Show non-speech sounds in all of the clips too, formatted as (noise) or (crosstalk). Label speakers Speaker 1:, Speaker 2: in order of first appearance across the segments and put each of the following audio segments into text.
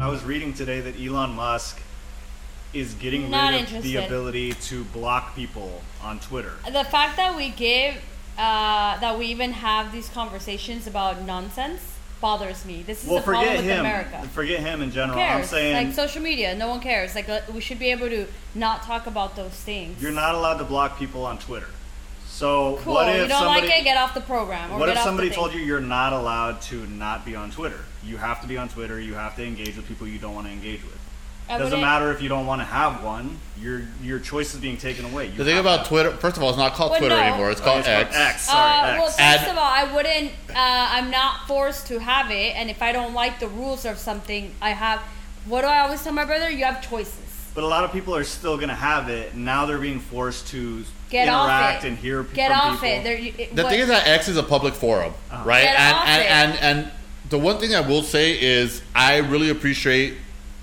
Speaker 1: I was reading today that Elon Musk is getting
Speaker 2: Not
Speaker 1: rid of the
Speaker 2: interested.
Speaker 1: ability to block people on Twitter.
Speaker 2: The fact that we give, uh, that we even have these conversations about nonsense bothers me. This is
Speaker 1: well,
Speaker 2: the problem
Speaker 1: forget
Speaker 2: with
Speaker 1: him.
Speaker 2: America.
Speaker 1: Forget him in
Speaker 2: Who
Speaker 1: general.
Speaker 2: cares?
Speaker 1: I'm saying
Speaker 2: like social media, no one cares. Like uh, we should be able to not talk about those things.
Speaker 1: you're not allowed to block people on Twitter. So
Speaker 2: cool.
Speaker 1: what
Speaker 2: you
Speaker 1: if
Speaker 2: don't
Speaker 1: somebody
Speaker 2: like it? Get off the program. Or
Speaker 1: what
Speaker 2: get
Speaker 1: if
Speaker 2: off the
Speaker 1: somebody
Speaker 2: thing.
Speaker 1: told you you're not allowed to not be on Twitter? You have to be on Twitter. You have to engage with people you don't want to engage with.
Speaker 2: I
Speaker 1: Doesn't
Speaker 2: wouldn't-
Speaker 1: matter if you don't want to have one. Your your choice is being taken away. You
Speaker 3: The thing
Speaker 1: have
Speaker 3: about
Speaker 1: to-
Speaker 3: Twitter, first of all, it's not called
Speaker 2: Well,
Speaker 3: Twitter
Speaker 2: no.
Speaker 3: anymore. It's
Speaker 1: Oh,
Speaker 3: called
Speaker 1: it's called
Speaker 3: X.
Speaker 1: X. Sorry,
Speaker 2: Uh,
Speaker 1: X.
Speaker 2: well, first
Speaker 3: Add-
Speaker 2: of all, I wouldn't. Uh, I'm not forced to have it, and if I don't like the rules of something, I have. What do I always tell my brother? You have choices.
Speaker 1: But a lot of people are still going to have it. Now they're being forced to
Speaker 2: Get
Speaker 1: interact
Speaker 2: off it.
Speaker 1: and hear pe-
Speaker 2: Get
Speaker 1: from
Speaker 2: off
Speaker 1: people.
Speaker 2: it. There, you- it
Speaker 3: The
Speaker 2: what-
Speaker 3: thing is that X is a public forum,
Speaker 1: Oh.
Speaker 3: right?
Speaker 2: Get
Speaker 3: And
Speaker 2: off
Speaker 3: and, and and the one thing I will say is I really appreciate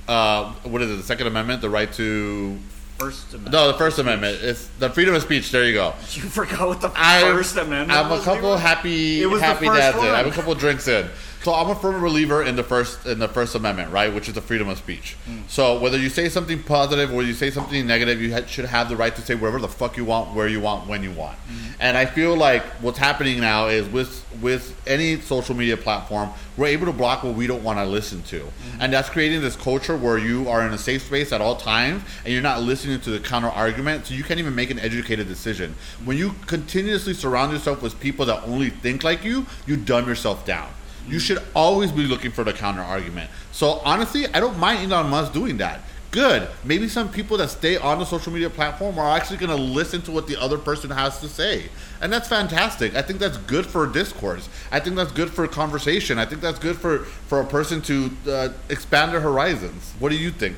Speaker 3: uh, what is it? The Second Amendment, the right to
Speaker 1: First Amendment.
Speaker 3: no, the First Amendment. It's the freedom of speech. There you go.
Speaker 1: (laughs) You forgot what the
Speaker 3: I,
Speaker 1: First Amendment
Speaker 3: I'm a
Speaker 1: was,
Speaker 3: couple
Speaker 1: dude?
Speaker 3: happy
Speaker 1: It was the
Speaker 3: happy
Speaker 1: first
Speaker 3: dads in.
Speaker 1: one.
Speaker 3: I'm a couple drinks in. So I'm a firm believer in the first in the First Amendment, right, which is the freedom of speech.
Speaker 1: Hmm.
Speaker 3: So whether you say something positive or you say something negative, you ha- should have the right to say whatever the fuck you want, where you want, when you want.
Speaker 1: Hmm.
Speaker 3: And I feel like what's happening now is with with any social media platform, we're able to block what we don't want to listen to,
Speaker 1: Hmm.
Speaker 3: and that's creating this culture where you are in a safe space at all times and you're not listening to the counter argument, so you can't even make an educated decision. When you continuously surround yourself with people that only think like you, you dumb yourself down. You should always be looking for the counter argument. So honestly, I don't mind Elon Musk doing that. Good. Maybe some people that stay on the social media platform are actually going to listen to what the other person has to say. And that's fantastic. I think that's good for discourse. I think that's good for conversation. I think that's good for, for a person to uh, expand their horizons. What do you think?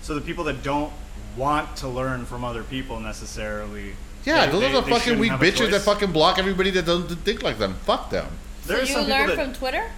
Speaker 1: So the people that don't want to learn from other people necessarily.
Speaker 3: Yeah,
Speaker 1: they-
Speaker 3: those
Speaker 1: they-
Speaker 3: are the
Speaker 1: they
Speaker 3: fucking
Speaker 1: shouldn't
Speaker 3: weak
Speaker 1: have a
Speaker 3: bitches that
Speaker 1: choice.
Speaker 3: fucking block everybody that doesn't think like them. Fuck them.
Speaker 1: There
Speaker 2: so
Speaker 1: are
Speaker 2: you
Speaker 1: some
Speaker 2: learn
Speaker 1: people that
Speaker 2: from Twitter.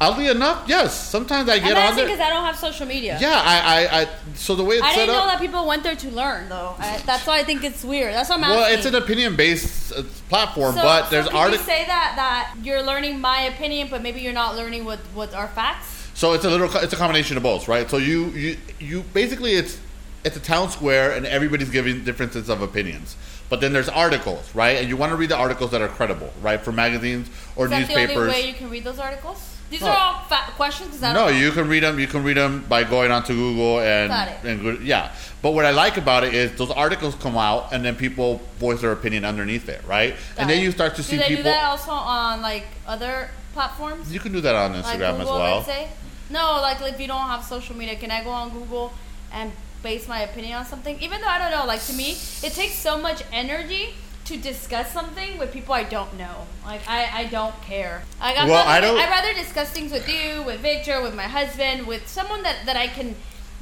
Speaker 3: Oddly enough, yes. Sometimes I get
Speaker 2: I'm
Speaker 3: on
Speaker 2: asking
Speaker 3: there.
Speaker 2: because I don't have social media.
Speaker 3: Yeah, I, I, I. So the way it's
Speaker 2: I
Speaker 3: set
Speaker 2: didn't know
Speaker 3: up.
Speaker 2: that people went there to learn, though. I, that's why I think it's weird. That's what I'm
Speaker 3: Well,
Speaker 2: asking.
Speaker 3: it's an opinion-based uh, platform,
Speaker 2: So-
Speaker 3: but
Speaker 2: so
Speaker 3: there's
Speaker 2: could
Speaker 3: articles.
Speaker 2: You say that that you're learning my opinion, but maybe you're not learning what what are facts.
Speaker 3: So it's a little, co- it's a combination of both, right? So you, you, you basically it's, it's a town square, and everybody's giving differences of opinions. But then there's articles, right? And you want to read the articles that are credible, right? For magazines or
Speaker 2: Is that
Speaker 3: newspapers.
Speaker 2: the only way you can read those articles? These
Speaker 3: No.
Speaker 2: are all fa- questions. 'cause I
Speaker 3: No,
Speaker 2: don't know.
Speaker 3: you can read them. You can read them by going onto Google and
Speaker 2: Got it.
Speaker 3: and go- yeah. But what I like about it is those articles come out, and then people voice their opinion underneath it, right? and then
Speaker 2: it.
Speaker 3: you start to
Speaker 2: Do
Speaker 3: see
Speaker 2: they
Speaker 3: people.
Speaker 2: do that also on like other platforms?
Speaker 3: You can do that on Instagram
Speaker 2: like
Speaker 3: as
Speaker 2: Google,
Speaker 3: well.
Speaker 2: let's say? No, like if you don't have social media, can I go on Google and base my opinion on something? Even though I don't know, like to me, it takes so much energy to discuss something with people I don't know. Like I, I don't care. Like, I'd
Speaker 3: Well,
Speaker 2: rather,
Speaker 3: I don't-
Speaker 2: I'd rather discuss things with you, with Victor, with my husband, with someone that, that I can,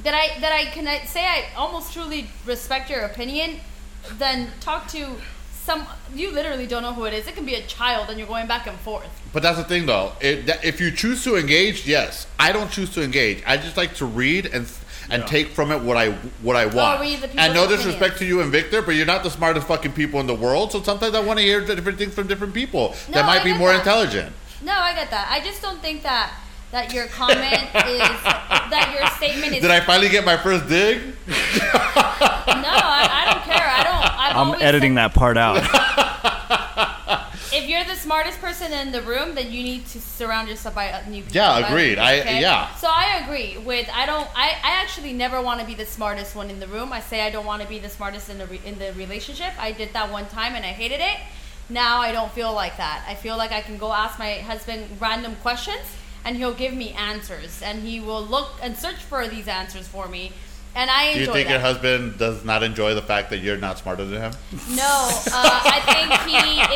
Speaker 2: that I that I can I say I almost truly respect your opinion, than talk to some. You literally don't know who it is. It can be a child, and you're going back and forth.
Speaker 3: But that's the thing, though. It, that, if you choose to engage, yes. I don't choose to engage. I just like to read and and
Speaker 1: Yeah.
Speaker 3: take from it what I what I want.
Speaker 2: read the people's
Speaker 3: and no
Speaker 2: opinions.
Speaker 3: disrespect to you and Victor, but you're not the smartest fucking people in the world. So sometimes I want to hear different things from different people that
Speaker 2: No,
Speaker 3: might
Speaker 2: I
Speaker 3: be
Speaker 2: get
Speaker 3: more
Speaker 2: that.
Speaker 3: intelligent.
Speaker 2: No, I get that. I just don't think that that your comment is that your statement is.
Speaker 3: Did I finally get my first dig?
Speaker 2: No, I, I don't care. I don't. I've
Speaker 1: I'm
Speaker 2: always
Speaker 1: editing
Speaker 2: said,
Speaker 1: that part out.
Speaker 2: If you're the smartest person in the room, then you need to surround yourself by uh, new people.
Speaker 3: Yeah,
Speaker 2: by-
Speaker 3: agreed. I- yeah.
Speaker 2: So I agree with. I don't. I, I actually never want to be the smartest one in the room. I say I don't want to be the smartest in the re, in the relationship. I did that one time and I hated it. Now I don't feel like that. I feel like I can go ask my husband random questions and he'll give me answers and he will look and search for these answers for me. And I enjoy
Speaker 3: Do you think
Speaker 2: that.
Speaker 3: your husband does not enjoy the fact that you're not smarter than him?
Speaker 2: No, uh, I think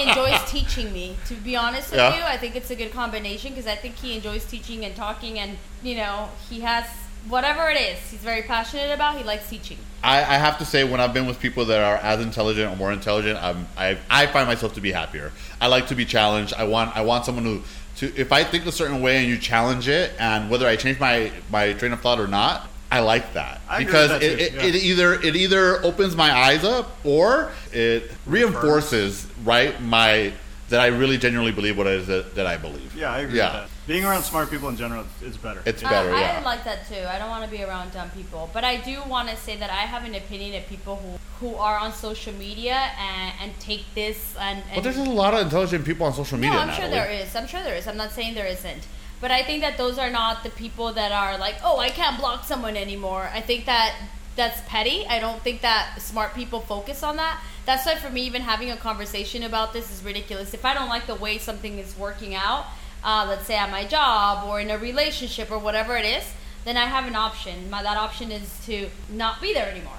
Speaker 2: he enjoys teaching me. To be honest with
Speaker 3: Yeah.
Speaker 2: you, I think it's a good combination because I think he enjoys teaching and talking, and you know, he has whatever it is he's very passionate about. He likes teaching.
Speaker 3: I, I have to say, when I've been with people that are as intelligent or more intelligent, I'm, I I find myself to be happier. I like to be challenged. I want I want someone who to if I think a certain way and you challenge it, and whether I change my my train of thought or not, I like that
Speaker 1: I agree
Speaker 3: because
Speaker 1: with that
Speaker 3: it,
Speaker 1: too,
Speaker 3: it,
Speaker 1: yeah.
Speaker 3: it either it either opens my eyes up or it reinforces right my that I really genuinely believe what it is that, that I believe.
Speaker 1: Yeah, I agree
Speaker 3: Yeah.
Speaker 1: with that. Being around smart people in general is better.
Speaker 3: It's
Speaker 2: Uh,
Speaker 3: better,
Speaker 2: I
Speaker 3: yeah.
Speaker 2: like that too. I don't want to be around dumb people, but I do want to say that I have an opinion of people who, who are on social media and, and take this and. and
Speaker 3: But there's a lot of intelligent people on social media
Speaker 2: no, I'm
Speaker 3: now.
Speaker 2: sure there is. I'm sure there is. I'm not saying there isn't, but I think that those are not the people that are like, oh, I can't block someone anymore. I think that that's petty. I don't think that smart people focus on that. That's why for me, even having a conversation about this is ridiculous. If I don't like the way something is working out, uh, let's say at my job or in a relationship or whatever it is, then I have an option. My, that option is to not be there anymore.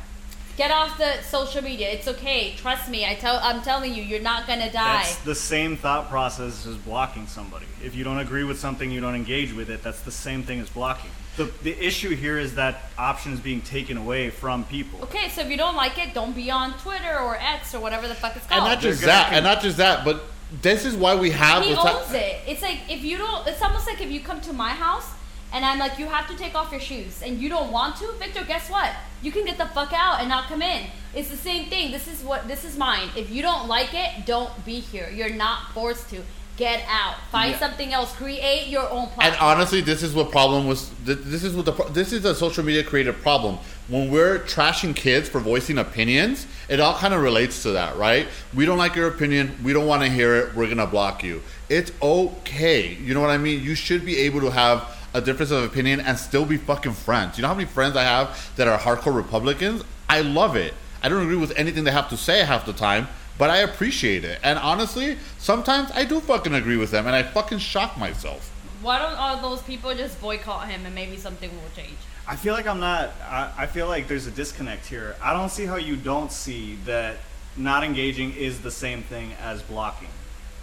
Speaker 2: Get off the social media. It's okay. Trust me. I tell. I'm telling you, you're not gonna die.
Speaker 1: That's the same thought process as blocking somebody. If you don't agree with something, you don't engage with it. That's the same thing as blocking. The, the issue here is that option is being taken away from people.
Speaker 2: Okay, so if you don't like it, don't be on Twitter or X or whatever the fuck it's
Speaker 3: And
Speaker 2: called.
Speaker 3: not just
Speaker 1: They're gonna
Speaker 3: that, and not just that, but this is why we have.
Speaker 2: he
Speaker 3: what's that-
Speaker 2: owns it. It's like if you don't. It's almost like if you come to my house and I'm like, you have to take off your shoes, and you don't want to, Victor. Guess what? You can get the fuck out and not come in. It's the same thing. This is what this is mine. If you don't like it, don't be here. You're not forced to. Get out. Find
Speaker 3: Yeah.
Speaker 2: something else. Create your own
Speaker 3: And
Speaker 2: platform.
Speaker 3: honestly, this is what problem was. th- This is what the pro- this is a social media created problem. When we're trashing kids for voicing opinions, it all kind of relates to that, right? We don't like your opinion. We don't want to hear it. We're gonna block you. It's okay. You know what I mean? You should be able to have a difference of opinion and still be fucking friends. You know how many friends I have that are hardcore Republicans? I love it. I don't agree with anything they have to say half the time. But I appreciate it. And honestly, sometimes I do fucking agree with them and I fucking shock myself.
Speaker 2: Why don't all those people just boycott him and maybe something will change?
Speaker 1: I feel like I'm not. I, I feel like there's a disconnect here. I don't see how you don't see that not engaging is the same thing as blocking.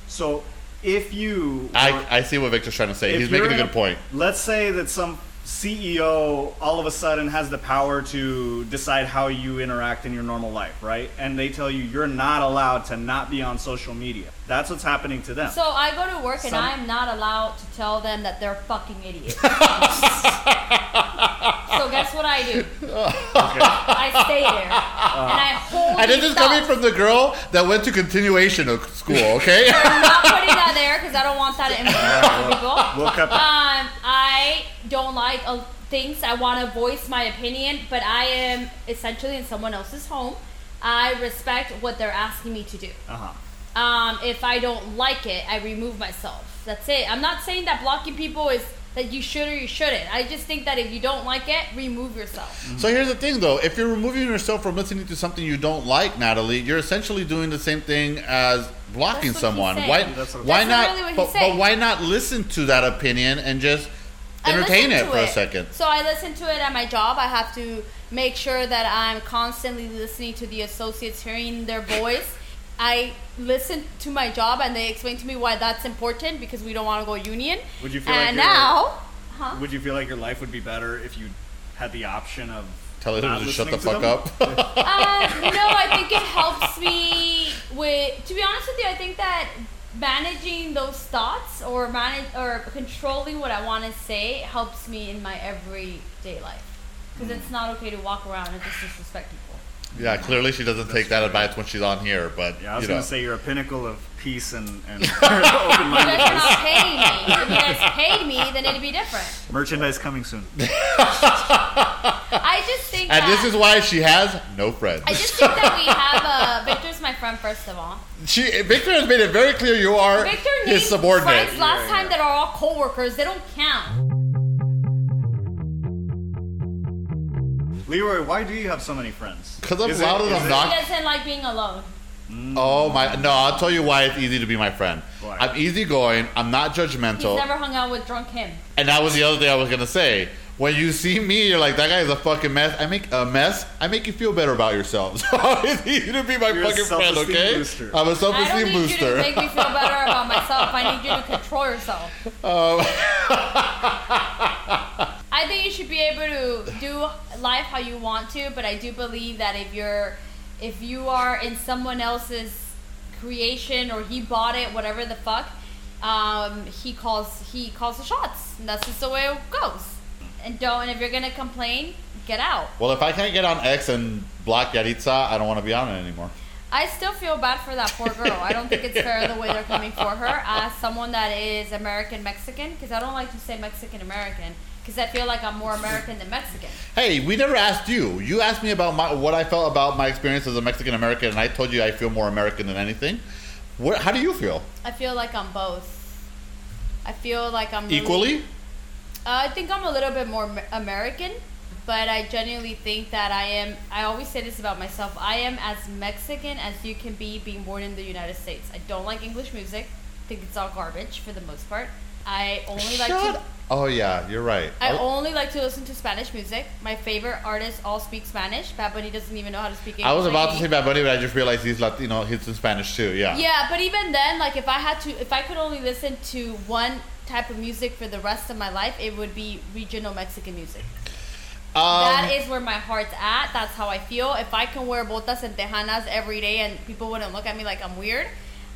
Speaker 1: So if you were-
Speaker 3: I, I see what Victor's trying to say.
Speaker 1: If
Speaker 3: He's making
Speaker 1: you're
Speaker 3: a
Speaker 1: in
Speaker 3: good point.
Speaker 1: Let's say that some CEO all of a sudden has the power to decide how you interact in your normal life, right? And they tell you you're not allowed to not be on social media. That's what's happening to them.
Speaker 2: So I go to work and
Speaker 1: Some-
Speaker 2: I'm not allowed to tell them that they're fucking
Speaker 3: (laughs)
Speaker 2: idiots. so guess what I do? I stay there and I
Speaker 1: Oh
Speaker 2: hold.
Speaker 3: Uh-huh. And this
Speaker 2: these
Speaker 3: is coming
Speaker 2: thoughts.
Speaker 3: from the girl that went to continuation of school, okay? (laughs)
Speaker 2: I'm not putting that there because I don't want that to influence people.
Speaker 1: Look up.
Speaker 2: (laughs) Um, I don't like uh, things. I want to voice my opinion, but I am essentially in someone else's home. I respect what they're asking me to do.
Speaker 1: Uh-huh.
Speaker 2: um, if I don't like it, I remove myself. That's it. I'm not saying that blocking people is that you should or you shouldn't. I just think that if you don't like it, remove yourself.
Speaker 3: so here's the thing, though. If you're removing yourself from listening to something you don't like, Natalie, you're essentially doing the same thing as blocking
Speaker 2: That's what
Speaker 3: someone.
Speaker 2: he's
Speaker 3: Why?
Speaker 2: saying.
Speaker 1: That's what-
Speaker 3: why
Speaker 2: That's
Speaker 3: not?
Speaker 2: literally what he's
Speaker 3: but, but
Speaker 2: saying.
Speaker 3: why not listen to that opinion and just
Speaker 2: I
Speaker 3: entertain
Speaker 2: listen
Speaker 3: it
Speaker 2: to
Speaker 3: for a second?
Speaker 2: So I listen to it at my job. I have to make sure that I'm constantly listening to the associates, hearing their voice. I listen to my job, and they explain to me why that's important because we don't want to go union.
Speaker 1: Would you feel like
Speaker 2: and
Speaker 1: you're-
Speaker 2: now, huh?
Speaker 1: Would you feel like your life would be better if you had the option of
Speaker 3: Tell
Speaker 1: not
Speaker 3: them to shut the
Speaker 1: listening
Speaker 3: fuck
Speaker 1: them?
Speaker 3: up. (laughs)
Speaker 2: Uh, no, I think it helps me with. To be honest with you, I think that managing those thoughts or manage or controlling what I want to say helps me in my everyday life because it's not okay to walk around and just disrespect people.
Speaker 3: yeah, clearly she doesn't take that advice when she's on here, but
Speaker 1: Yeah, I was
Speaker 3: you
Speaker 1: going
Speaker 3: know.
Speaker 1: to say you're a pinnacle of peace and, and open
Speaker 2: You guys are
Speaker 1: mindedness.
Speaker 2: not paying me. If you guys paid me, then it'd be different.
Speaker 1: Merchandise coming soon.
Speaker 2: I just think.
Speaker 3: and
Speaker 2: that,
Speaker 3: this is why she has no friends.
Speaker 2: I just think that we have a Victor's my friend first of all.
Speaker 3: She Victor has made it very clear you are
Speaker 2: Victor
Speaker 3: his
Speaker 2: needs
Speaker 3: subordinate.
Speaker 2: friends last time that are all coworkers. They don't count.
Speaker 1: Leroy, why do you have so many friends?
Speaker 3: 'Cause I'm
Speaker 1: Is it-
Speaker 3: loud and
Speaker 1: is
Speaker 3: I'm
Speaker 1: it-
Speaker 3: not-
Speaker 2: He doesn't like being alone.
Speaker 3: Oh my! No, I'll tell you why it's easy to be my friend.
Speaker 1: Why?
Speaker 3: I'm easygoing. I'm not
Speaker 2: He's
Speaker 3: judgmental.
Speaker 2: never hung out with drunk him.
Speaker 3: and that was the other thing I was gonna say. When you see me, you're like, "That guy is a fucking mess." I make a mess. I make you feel better about yourself. (laughs) So it's easy to be my
Speaker 1: You're a
Speaker 3: fucking friend.
Speaker 1: self-esteem
Speaker 3: Okay?
Speaker 1: booster.
Speaker 3: I'm a
Speaker 2: I don't
Speaker 3: self-esteem
Speaker 2: need you
Speaker 3: booster.
Speaker 2: to make me feel better
Speaker 3: (laughs)
Speaker 2: about myself. I need you to control yourself.
Speaker 3: Um.
Speaker 2: I think you should be able to do life how you want to, but I do believe that if you're, if you are in someone else's creation or he bought it, whatever the fuck, um, he calls he calls the shots. And that's just the way it goes. And don't. And if you're gonna complain, get out.
Speaker 3: well, if I can't get on X and block Yaritza, I don't want to be on it anymore.
Speaker 2: Uh, I still feel bad for that poor girl. I don't think it's fair the way they're coming for her as someone that is American Mexican, because I don't like to say Mexican American, because I feel like I'm more American than Mexican.
Speaker 3: Hey, we never asked you. You asked me about my, what I felt about my experience as a Mexican American, and I told you I feel more American than anything. What, how do you feel?
Speaker 2: I feel like I'm both. I feel like I'm really-
Speaker 3: Equally?
Speaker 2: Uh, I think I'm a little bit more Amer- American, but I genuinely think that I am. I always say this about myself I am as Mexican as you can be being born in the United States. I don't like English music, think it's all garbage for the most part. I only like to.
Speaker 3: Oh yeah, you're right. Oh,
Speaker 2: I
Speaker 3: I,
Speaker 2: only like to listen to Spanish music. My favorite artists all speak Spanish. Bad Bunny doesn't even know how to speak English.
Speaker 3: I was about to
Speaker 2: hate-
Speaker 3: say Bad Bunny, but I just realized he's Latino. He's in Spanish too. Yeah.
Speaker 2: Yeah, but even then, like if I had to, if I could only listen to one type of music for the rest of my life, it would be regional Mexican music.
Speaker 3: Um,
Speaker 2: that is where my heart's at. That's how I feel. If I can wear botas and tejanas every day and people wouldn't look at me like I'm weird,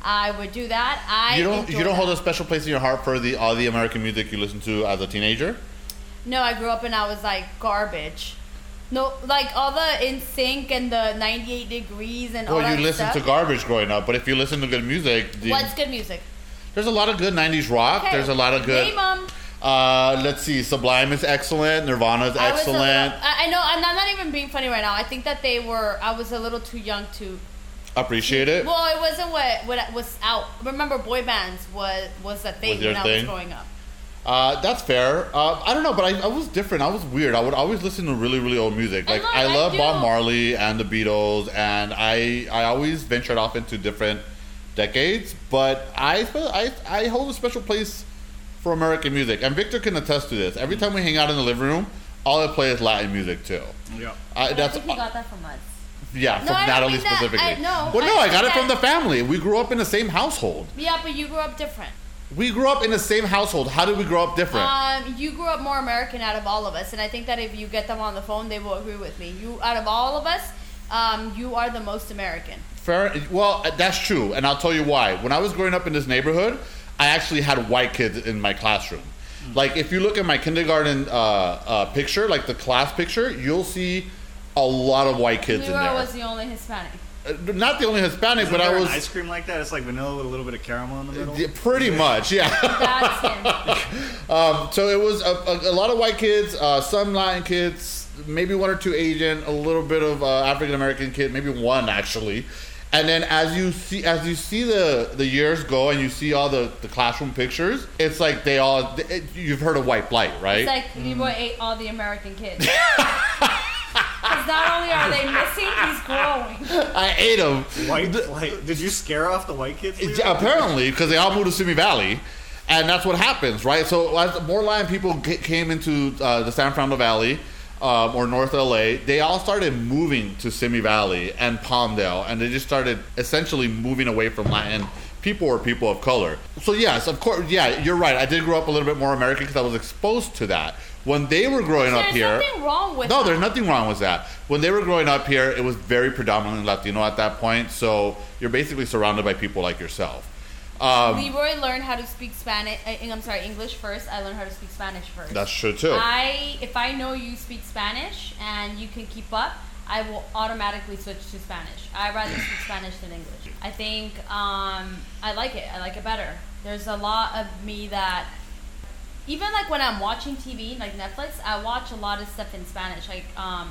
Speaker 2: I would do that. I
Speaker 3: you don't.
Speaker 2: enjoy
Speaker 3: You don't hold
Speaker 2: that.
Speaker 3: a special place in your heart for the all the American music you listened to as a teenager.
Speaker 2: No, I grew up and I was like garbage. No, like all the in sync and the 98 degrees and all
Speaker 3: Well,
Speaker 2: that
Speaker 3: you listened
Speaker 2: stuff.
Speaker 3: to garbage growing up, but if you listen to good music, the-
Speaker 2: What's good music?
Speaker 3: there's a lot of good '90s rock.
Speaker 2: Okay,
Speaker 3: There's a lot of good.
Speaker 2: Name 'em.
Speaker 3: Uh, let's see. Sublime is excellent. Nirvana is
Speaker 2: I was a little-
Speaker 3: excellent.
Speaker 2: I, I know. I'm not, not even being funny right now. I think that they were. I was a little too young to.
Speaker 3: Appreciate it.
Speaker 2: Well, it wasn't what what was out. Remember, boy bands was was a thing
Speaker 3: Was your
Speaker 2: when I was
Speaker 3: thing?
Speaker 2: growing up.
Speaker 3: Uh, that's fair. Uh, I don't know, but I, I was different. I was weird. I would always listen to really, really old music.
Speaker 2: And
Speaker 3: Like
Speaker 2: look,
Speaker 3: I
Speaker 2: I
Speaker 3: love
Speaker 2: do-
Speaker 3: Bob Marley and the Beatles, and I I always ventured off into different decades. But I feel- I I hold a special place for American music, and Victor can attest to this. Every time we hang out in the living room, all I play is Latin music too.
Speaker 1: Yeah.
Speaker 3: I, Uh, that's
Speaker 2: I think you got that from us.
Speaker 3: yeah,
Speaker 2: No,
Speaker 3: from
Speaker 2: I don't
Speaker 3: Natalie
Speaker 2: mean that.
Speaker 3: specifically.
Speaker 2: I- no,
Speaker 3: well,
Speaker 2: I
Speaker 3: no, I,
Speaker 2: think
Speaker 3: got it from the
Speaker 2: that-
Speaker 3: family. We grew up in the same household.
Speaker 2: Yeah, but you grew up different.
Speaker 3: We grew up in the same household. How did we grow up different?
Speaker 2: Um, you grew up more American out of all of us, and I think that if you get them on the phone, they will agree with me. You, out of all of us, um, you are the most American.
Speaker 3: Fair. Well, uh, that's true, and I'll tell you why. When I was growing up in this neighborhood, I actually had white kids in my classroom.
Speaker 1: Hmm.
Speaker 3: Like, if you look at my kindergarten uh, uh, picture, like the class picture, you'll see a lot of white kids in
Speaker 2: Nero
Speaker 3: there.
Speaker 2: was the only Hispanic.
Speaker 3: Uh, Not the only Hispanic,
Speaker 1: Isn't
Speaker 3: but I
Speaker 1: there
Speaker 3: was
Speaker 1: an ice cream like that? It's like vanilla with a little bit of caramel in the middle.
Speaker 3: Yeah, pretty much, yeah.
Speaker 2: That's
Speaker 3: (laughs)
Speaker 2: him.
Speaker 3: Um, so it was a, a, a lot of white kids, uh, some Latin kids, maybe one or two Asian, a little bit of uh, African American kid, maybe one actually. And then as you see as you see the, the years go and you see all the, the classroom pictures, it's like they all it, you've heard of white blight, right?
Speaker 2: It's like Leroy ate all the American kids. Because not only are they missing, he's growing.
Speaker 3: (laughs) I ate them
Speaker 1: White light. Did you scare off the white kids? Leo?
Speaker 3: apparently because they all moved to Simi Valley. And that's what happens, right? So as more Latin people ca- came into uh, the San Fernando Valley um, or North LA, they all started moving to Simi Valley and Palmdale, and they just started essentially moving away from Latin people or people of color. So yes, of course, yeah, you're right. I did grow up a little bit more American because I was exposed to that when they were growing up
Speaker 2: There's
Speaker 3: here.
Speaker 2: nothing wrong with
Speaker 3: No,
Speaker 2: that.
Speaker 3: there's nothing wrong with that. When they were growing up here, it was very predominantly Latino at that point, so you're basically surrounded by people like yourself. Um,
Speaker 2: Leroy learned how to speak Spanish. I, I'm sorry, English first. I learned how to speak Spanish first.
Speaker 3: that's true too.
Speaker 2: I if I know you speak Spanish and you can keep up, I will automatically switch to Spanish. I rather speak Spanish than English. I think um, I like it. I like it better. There's a lot of me that even like when I'm watching TV, like Netflix, I watch a lot of stuff in Spanish. Like um,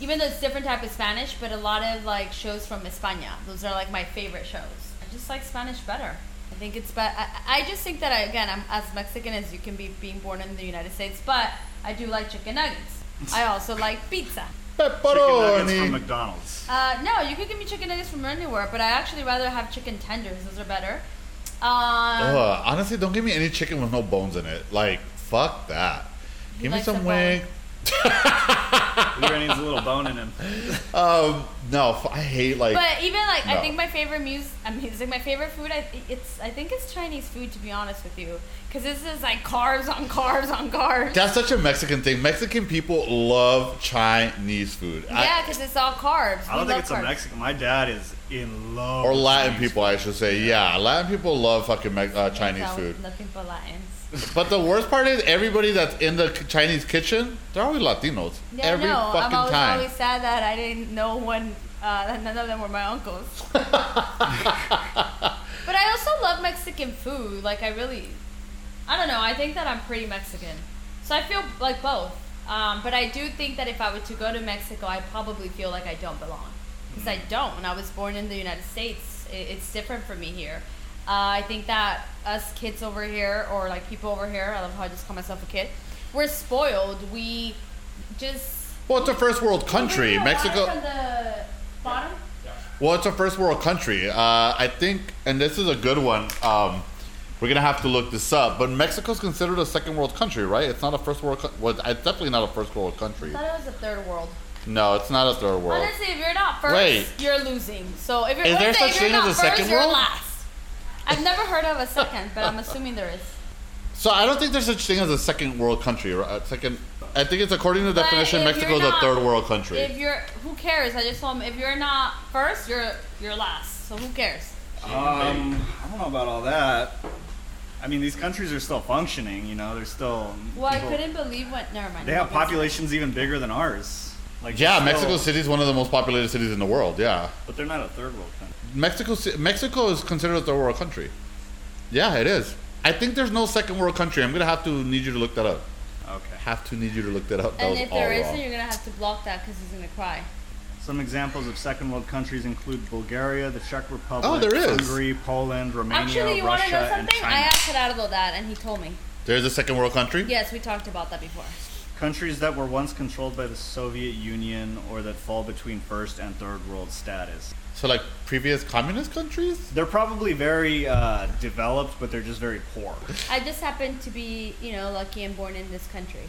Speaker 2: even though it's different type of Spanish, but a lot of like shows from España. Those are like my favorite shows. I just like Spanish better. I think it's but I, I just think that I, again I'm as Mexican as you can be being born in the United States, but I do like chicken nuggets. I also like pizza.
Speaker 1: Chicken nuggets
Speaker 3: Pepperoni.
Speaker 1: from McDonald's.
Speaker 2: Uh, no, you could give me chicken nuggets from anywhere, but I actually rather have chicken tenders. Those are better. Um,
Speaker 3: Ugh, honestly, don't give me any chicken with no bones in it. Like, fuck that.
Speaker 2: He
Speaker 3: Give me
Speaker 2: likes a
Speaker 3: some
Speaker 2: bone.
Speaker 3: wing.
Speaker 1: Leo needs a little bone in him.
Speaker 3: Um, no, f- I hate like.
Speaker 2: But even like,
Speaker 3: No.
Speaker 2: I think my favorite mus- uh, music, my favorite food, I thi- it's I think it's Chinese food to be honest with you, because this is like carbs on carbs on carbs.
Speaker 3: that's such a Mexican thing. Mexican people love Chinese food. (laughs) I-
Speaker 2: yeah, because it's all carbs.
Speaker 1: I
Speaker 2: We
Speaker 1: don't think
Speaker 2: love
Speaker 1: it's
Speaker 2: carbs.
Speaker 1: a Mexican. My dad is in love.
Speaker 3: or
Speaker 1: with
Speaker 3: Latin
Speaker 1: Chinese
Speaker 3: people, I should say. Yeah, Latin people love fucking Me- uh,
Speaker 2: That's
Speaker 3: Chinese
Speaker 2: how-
Speaker 3: food.
Speaker 2: Nothing but
Speaker 3: (laughs)
Speaker 2: Latins.
Speaker 3: But the worst part is everybody that's in the k- Chinese kitchen, they're always Latinos.
Speaker 2: Yeah,
Speaker 3: every
Speaker 2: no,
Speaker 3: fucking
Speaker 2: I'm always,
Speaker 3: time.
Speaker 2: always sad that I didn't know when Uh, none of them were my
Speaker 3: (laughs)
Speaker 2: uncles. but I also love Mexican food. Like I really, I don't know. I think that I'm pretty Mexican, so I feel like both. Um, but I do think that if I were to go to Mexico, I probably feel like I don't belong because I
Speaker 3: Mm-hmm.
Speaker 2: don't. When I was born in the United States, it, it's different for me here. Uh, I think that us kids over here, or like people over here, I love how I just call myself a kid. We're spoiled. We just
Speaker 3: Well, it's a first world country.
Speaker 2: Wait, no,
Speaker 3: Mexico.
Speaker 2: water From the bottom.
Speaker 3: Well, it's a first world country. Uh, I think, and this is a good one. Um, we're gonna have to look this up. But Mexico's considered a second world country, right? It's not a first world. Co- well, it's definitely not a first world country.
Speaker 2: I thought it was the third world.
Speaker 3: No, it's not a third world.
Speaker 2: Honestly, if you're not first,
Speaker 3: Wait.
Speaker 2: you're losing. So if you're,
Speaker 3: Is
Speaker 2: let's
Speaker 3: there
Speaker 2: say
Speaker 3: such
Speaker 2: if you're
Speaker 3: thing as
Speaker 2: not
Speaker 3: a
Speaker 2: first,
Speaker 3: second
Speaker 2: you're
Speaker 3: world?
Speaker 2: last. I've never heard of a second, but I'm assuming there is.
Speaker 3: So I don't think there's such thing as a second world country. Or a second. I think it's according to the
Speaker 2: But
Speaker 3: definition,
Speaker 2: if
Speaker 3: Mexico's
Speaker 2: you're
Speaker 3: a
Speaker 2: not-
Speaker 3: third world country.
Speaker 2: If you're, who cares? I just told him if you're not first, you're you're last. So who cares?
Speaker 1: Um, I don't know about all that. I mean, these countries are still functioning. You know, they're still.
Speaker 2: Well, I
Speaker 1: people-
Speaker 2: couldn't believe what. Never mind.
Speaker 1: They have populations even bigger than ours. Like
Speaker 3: yeah,
Speaker 1: they're still-
Speaker 3: Mexico City is one of the most populated cities in the world. Yeah,
Speaker 1: But they're not a third world country.
Speaker 3: Mexico Ci- Mexico is considered a third world country. Yeah, it is. I think there's no second world country. I'm gonna have to need you to look that up.
Speaker 1: Okay.
Speaker 3: have to need you to look that up. That
Speaker 2: And
Speaker 3: was
Speaker 2: if
Speaker 3: all
Speaker 2: there isn't,
Speaker 3: wrong.
Speaker 2: you're gonna have to block that because he's gonna cry.
Speaker 1: Some examples of second world countries include Bulgaria, the Czech Republic,
Speaker 3: Oh, there is.
Speaker 1: Hungary, Poland, Romania,
Speaker 2: Actually, you want
Speaker 1: Russia,
Speaker 2: to know
Speaker 1: and
Speaker 2: something?
Speaker 1: China.
Speaker 2: I asked Gerardo that, and he told me.
Speaker 3: There's a second world country.
Speaker 2: Yes, we talked about that before.
Speaker 1: Countries that were once controlled by the Soviet Union or that fall between first and third world status.
Speaker 3: So like previous communist countries.
Speaker 1: They're probably very uh, developed, but they're just very poor.
Speaker 2: I just happen to be, you know, lucky and born in this country.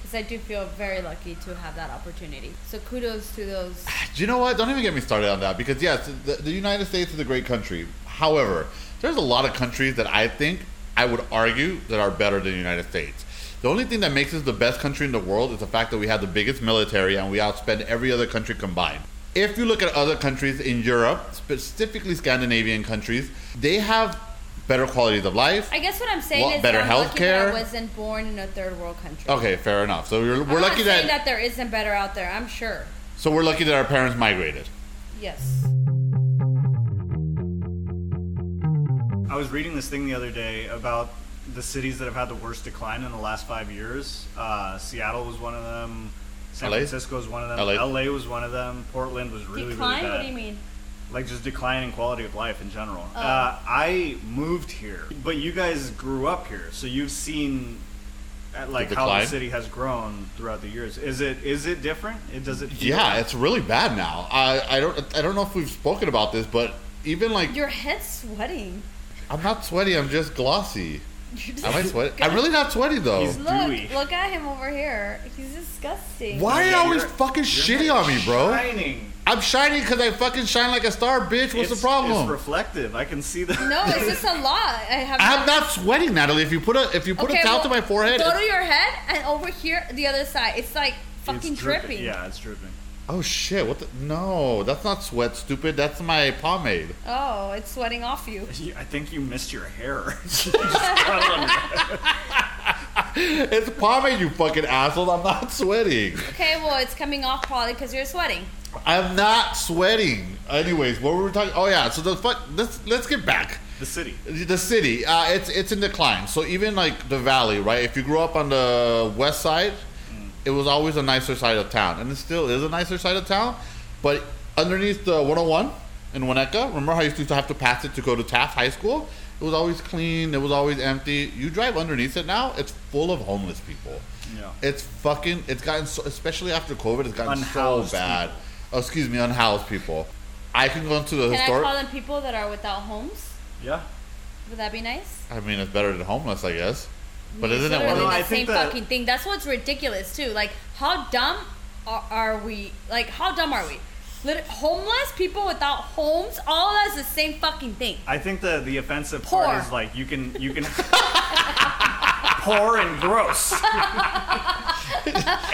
Speaker 2: Because I do feel very lucky to have that opportunity. So kudos to those.
Speaker 3: Do you know what? Don't even get me started on that because yes, the, the United States is a great country. However, there's a lot of countries that I think I would argue that are better than the United States. The only thing that makes us the best country in the world is the fact that we have the biggest military and we outspend every other country combined. If you look at other countries in Europe, specifically Scandinavian countries, they have better qualities of life.
Speaker 2: I guess what I'm saying
Speaker 3: What,
Speaker 2: is
Speaker 3: better
Speaker 2: that I'm lucky that
Speaker 3: healthcare?
Speaker 2: I wasn't born in a third world country.
Speaker 3: Okay, fair enough. So we're, we're
Speaker 2: I'm
Speaker 3: lucky
Speaker 2: not saying that there isn't better out there. I'm sure.
Speaker 3: So we're lucky that our parents migrated.
Speaker 2: Yes.
Speaker 1: I was reading this thing the other day about the cities that have had the worst decline in the last five years. Uh, Seattle was one of them. San
Speaker 3: LA?
Speaker 1: Francisco was one of them.
Speaker 3: LA?
Speaker 1: LA. was one of them. Portland was really
Speaker 2: Decline?
Speaker 1: really bad.
Speaker 2: what do you mean?
Speaker 1: Like just declining quality of life in general.
Speaker 2: Oh.
Speaker 1: Uh, I moved here, but you guys grew up here, so you've seen uh, like how the
Speaker 3: decline?
Speaker 1: city has grown throughout the years. Is it is it different? It does it? feel-
Speaker 3: Yeah, it's really bad now. I, I don't I don't know if we've spoken about this, but even like
Speaker 2: Your head's sweating. (laughs)
Speaker 3: I'm not sweaty, I'm just glossy.
Speaker 2: You're
Speaker 3: Am I
Speaker 2: disgusting.
Speaker 3: sweaty? I'm really not sweaty though.
Speaker 1: He's- dewy.
Speaker 2: Look, look at him over here. He's disgusting.
Speaker 3: Why are you
Speaker 1: Yeah,
Speaker 3: always
Speaker 1: you're- you're
Speaker 3: fucking shitty on me, bro?
Speaker 1: Shining.
Speaker 3: I'm shining because I fucking shine like a star, bitch. What's
Speaker 1: It's-
Speaker 3: the problem?
Speaker 1: It's reflective. I can see that. (laughs)
Speaker 2: No, it's just a lot. I have.
Speaker 3: I'm not sweating, Natalie. If you put a if you put a towel
Speaker 2: well,
Speaker 3: to my forehead,
Speaker 2: Go to your head and over here, the other side. It's like fucking
Speaker 1: it's
Speaker 2: dripping.
Speaker 1: Yeah, it's dripping. (laughs)
Speaker 3: oh shit! What? The, no, that's not sweat, stupid. That's my pomade. (laughs)
Speaker 2: Oh, it's sweating off you.
Speaker 1: You- I think you missed your
Speaker 2: (laughs)
Speaker 1: hair. You just got it on-
Speaker 3: It's pomade, you fucking asshole. I'm not sweating.
Speaker 2: Okay, well, it's coming off probably because you're sweating.
Speaker 3: I'm not sweating. Anyways, what were we talking? Oh yeah, so the fuck. Let's let's get back.
Speaker 1: the city.
Speaker 3: The city, uh, it's it's in decline. So even like the valley, right? If you grew up on the west side, it was always a nicer side of town, and it still is a nicer side of town. But underneath the 101 in Winnetka, remember how you used to have to pass it to go to Taft High School? It was always clean. It was always empty. You drive underneath it now; it's full of homeless people.
Speaker 1: Yeah.
Speaker 3: It's fucking. It's gotten so, especially after COVID. It's gotten
Speaker 1: Unhoused
Speaker 3: so bad. Oh, excuse me, unhoused people. I can go into the
Speaker 2: Can I
Speaker 3: historic.
Speaker 2: call them people that are without homes?
Speaker 1: Yeah.
Speaker 2: Would that be nice?
Speaker 3: I mean, it's better than homeless, I guess. But
Speaker 2: It's
Speaker 3: isn't it
Speaker 2: literally
Speaker 3: one
Speaker 1: No,
Speaker 3: of
Speaker 1: I
Speaker 2: the same
Speaker 1: think that-
Speaker 2: fucking thing? That's what's ridiculous too. Like, how dumb are, are we? Like, how dumb are we? Lit- homeless people without homes, all that's the same fucking thing.
Speaker 1: I think the the offensive
Speaker 2: Poor.
Speaker 1: part is like you can you can (laughs) poor and gross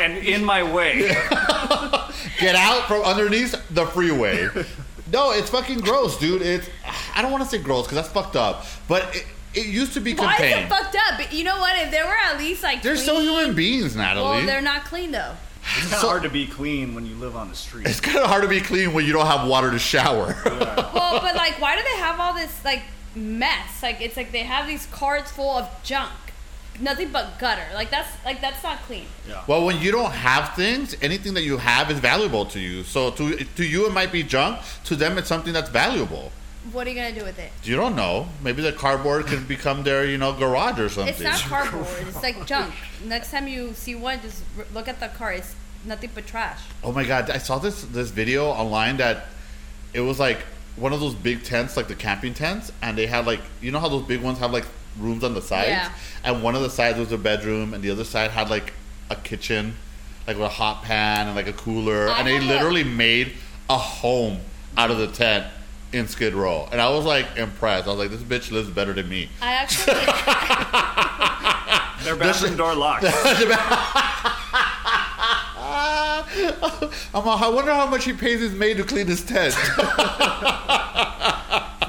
Speaker 1: and in my way.
Speaker 3: get out from underneath the
Speaker 2: (laughs)
Speaker 3: freeway? no, it's fucking gross, dude. It's I don't want to say gross because that's fucked up. But it, it used to be
Speaker 2: Why is it
Speaker 3: contained.
Speaker 2: fucked up? But you know what? If there were at least like
Speaker 3: They're
Speaker 2: clean,
Speaker 3: still human beings, Natalie.
Speaker 2: well, they're not clean though.
Speaker 1: It's kind of
Speaker 3: So-
Speaker 1: hard to be clean when you live on the street.
Speaker 3: It's kind of hard to be clean when you don't have water to shower. (laughs)
Speaker 2: well, but like, why do they have all this like mess? Like, it's like they have these carts full of junk, nothing but gutter. Like that's like that's not clean.
Speaker 1: Yeah.
Speaker 3: Well, when you don't have things, anything that you have is valuable to you. So to to you, it might be junk. To them, it's something that's valuable.
Speaker 2: What are you gonna do with it?
Speaker 3: You don't know. Maybe the cardboard could become their, you know, garage or something.
Speaker 2: It's not cardboard. It's (laughs) like junk. Next time you see one, just r- look at the car. It's nothing but trash.
Speaker 3: Oh my god, I saw this this video online that it was like one of those big tents, like the camping tents, and they had like you know how those big ones have like rooms on the sides,
Speaker 2: Yeah.
Speaker 3: and one of the sides was a bedroom, and the other side had like a kitchen, like with a hot pan and like a cooler,
Speaker 2: I
Speaker 3: and they
Speaker 2: have a-
Speaker 3: literally made a home out of the tent in Skid Row, and I was like impressed. I was like, this bitch lives better than me.
Speaker 2: I actually,
Speaker 1: Their bathroom door
Speaker 3: (laughs)
Speaker 1: locked.
Speaker 3: Ah, (laughs) I'm like, I wonder how much he pays his maid to clean his tent.
Speaker 1: Not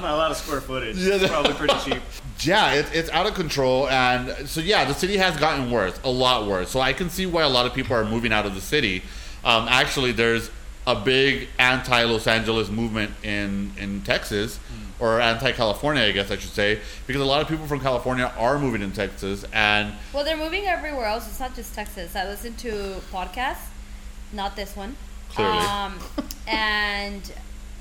Speaker 1: a lot of square footage.
Speaker 3: Yeah,
Speaker 1: It's
Speaker 3: that-
Speaker 1: probably
Speaker 3: (laughs)
Speaker 1: pretty cheap.
Speaker 3: Yeah, it, it's out of control, and so yeah, the city has gotten worse, a lot worse. So I can see why a lot of people are moving out of the city. Um, actually, there's a big anti-Los Angeles movement in in Texas,
Speaker 2: Hmm.
Speaker 3: or anti-California, I guess I should say, because a lot of people from California are moving in Texas, and
Speaker 2: well, they're moving everywhere else. It's not just Texas. I listen to podcasts, not this one.
Speaker 3: Clearly.
Speaker 2: Um, and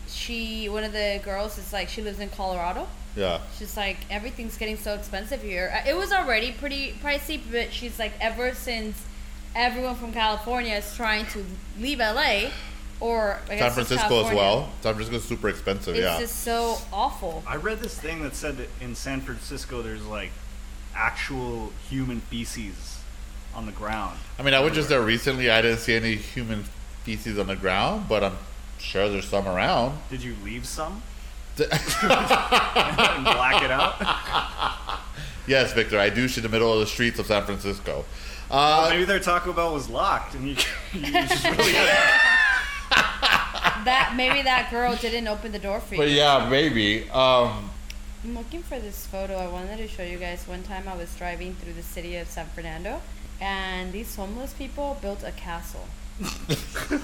Speaker 2: she, one of the girls, is like she lives in Colorado.
Speaker 3: yeah,
Speaker 2: She's like, everything's getting so expensive here. Uh, It was already pretty pricey, but she's like, ever since everyone from California is trying to leave LA or I
Speaker 3: San
Speaker 2: guess just
Speaker 3: Francisco as
Speaker 2: California,
Speaker 3: well. San Francisco's super expensive.
Speaker 2: It's
Speaker 3: yeah,
Speaker 2: just so awful.
Speaker 1: I read this thing that said that in San Francisco there's like actual human feces on the ground.
Speaker 3: I mean, I was just there recently. I didn't see any human feces on the ground, but I'm sure there's some around.
Speaker 1: Did you leave some?
Speaker 3: (laughs)
Speaker 1: and black it out?
Speaker 3: Yes, Victor, I douche in the middle of the streets of San Francisco. Uh,
Speaker 1: Maybe their Taco Bell was locked and you, you just really had
Speaker 2: that maybe that girl didn't open the door for you.
Speaker 3: but yeah, maybe. Um,
Speaker 2: I'm looking for this photo. I wanted to show you guys. One time I was driving through the city of San Fernando, and these homeless people built a castle.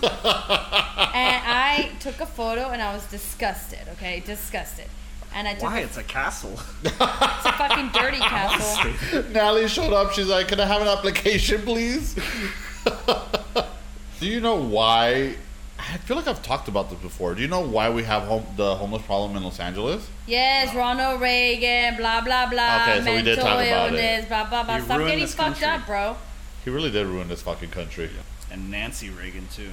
Speaker 2: and I took a photo, and I was disgusted. Okay, disgusted. And I took
Speaker 1: Why?
Speaker 2: a,
Speaker 1: It's a castle. (laughs)
Speaker 2: it's a fucking
Speaker 3: (laughs)
Speaker 2: dirty castle.
Speaker 3: (laughs) Natalie showed up. She's like, "Can I have an application, please?" (laughs) Do you know why? I feel like I've talked about this before. Do you know why we have home, the homeless problem in Los Angeles?
Speaker 2: Yes, Ronald Reagan, blah blah blah.
Speaker 3: Okay, so we did
Speaker 2: mental
Speaker 3: talk about it.
Speaker 2: illness, blah blah blah.
Speaker 1: You
Speaker 2: Stop
Speaker 1: ruined
Speaker 2: getting
Speaker 1: this
Speaker 2: fucked
Speaker 1: country.
Speaker 2: up, bro.
Speaker 3: He really did ruin this fucking country.
Speaker 1: And Nancy Reagan too.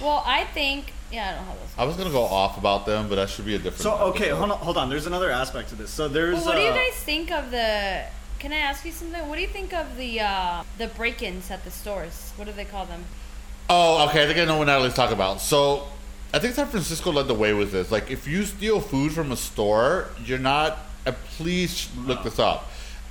Speaker 2: Well, I think yeah, I don't have those.
Speaker 3: I was gonna go off about them, but that should be a different.
Speaker 1: So okay,
Speaker 3: episode.
Speaker 1: hold on, hold on. There's another aspect to this. So there's
Speaker 2: Well, what do you
Speaker 1: uh,
Speaker 2: guys think of the? Can I ask you something? What do you think of the uh, the break-ins at the stores? What do they call them?
Speaker 3: Oh, okay. I think I know what Natalie's talking about. So, I think San Francisco led the way with this. Like, if you steal food from a store, you're not. Uh, please look this up.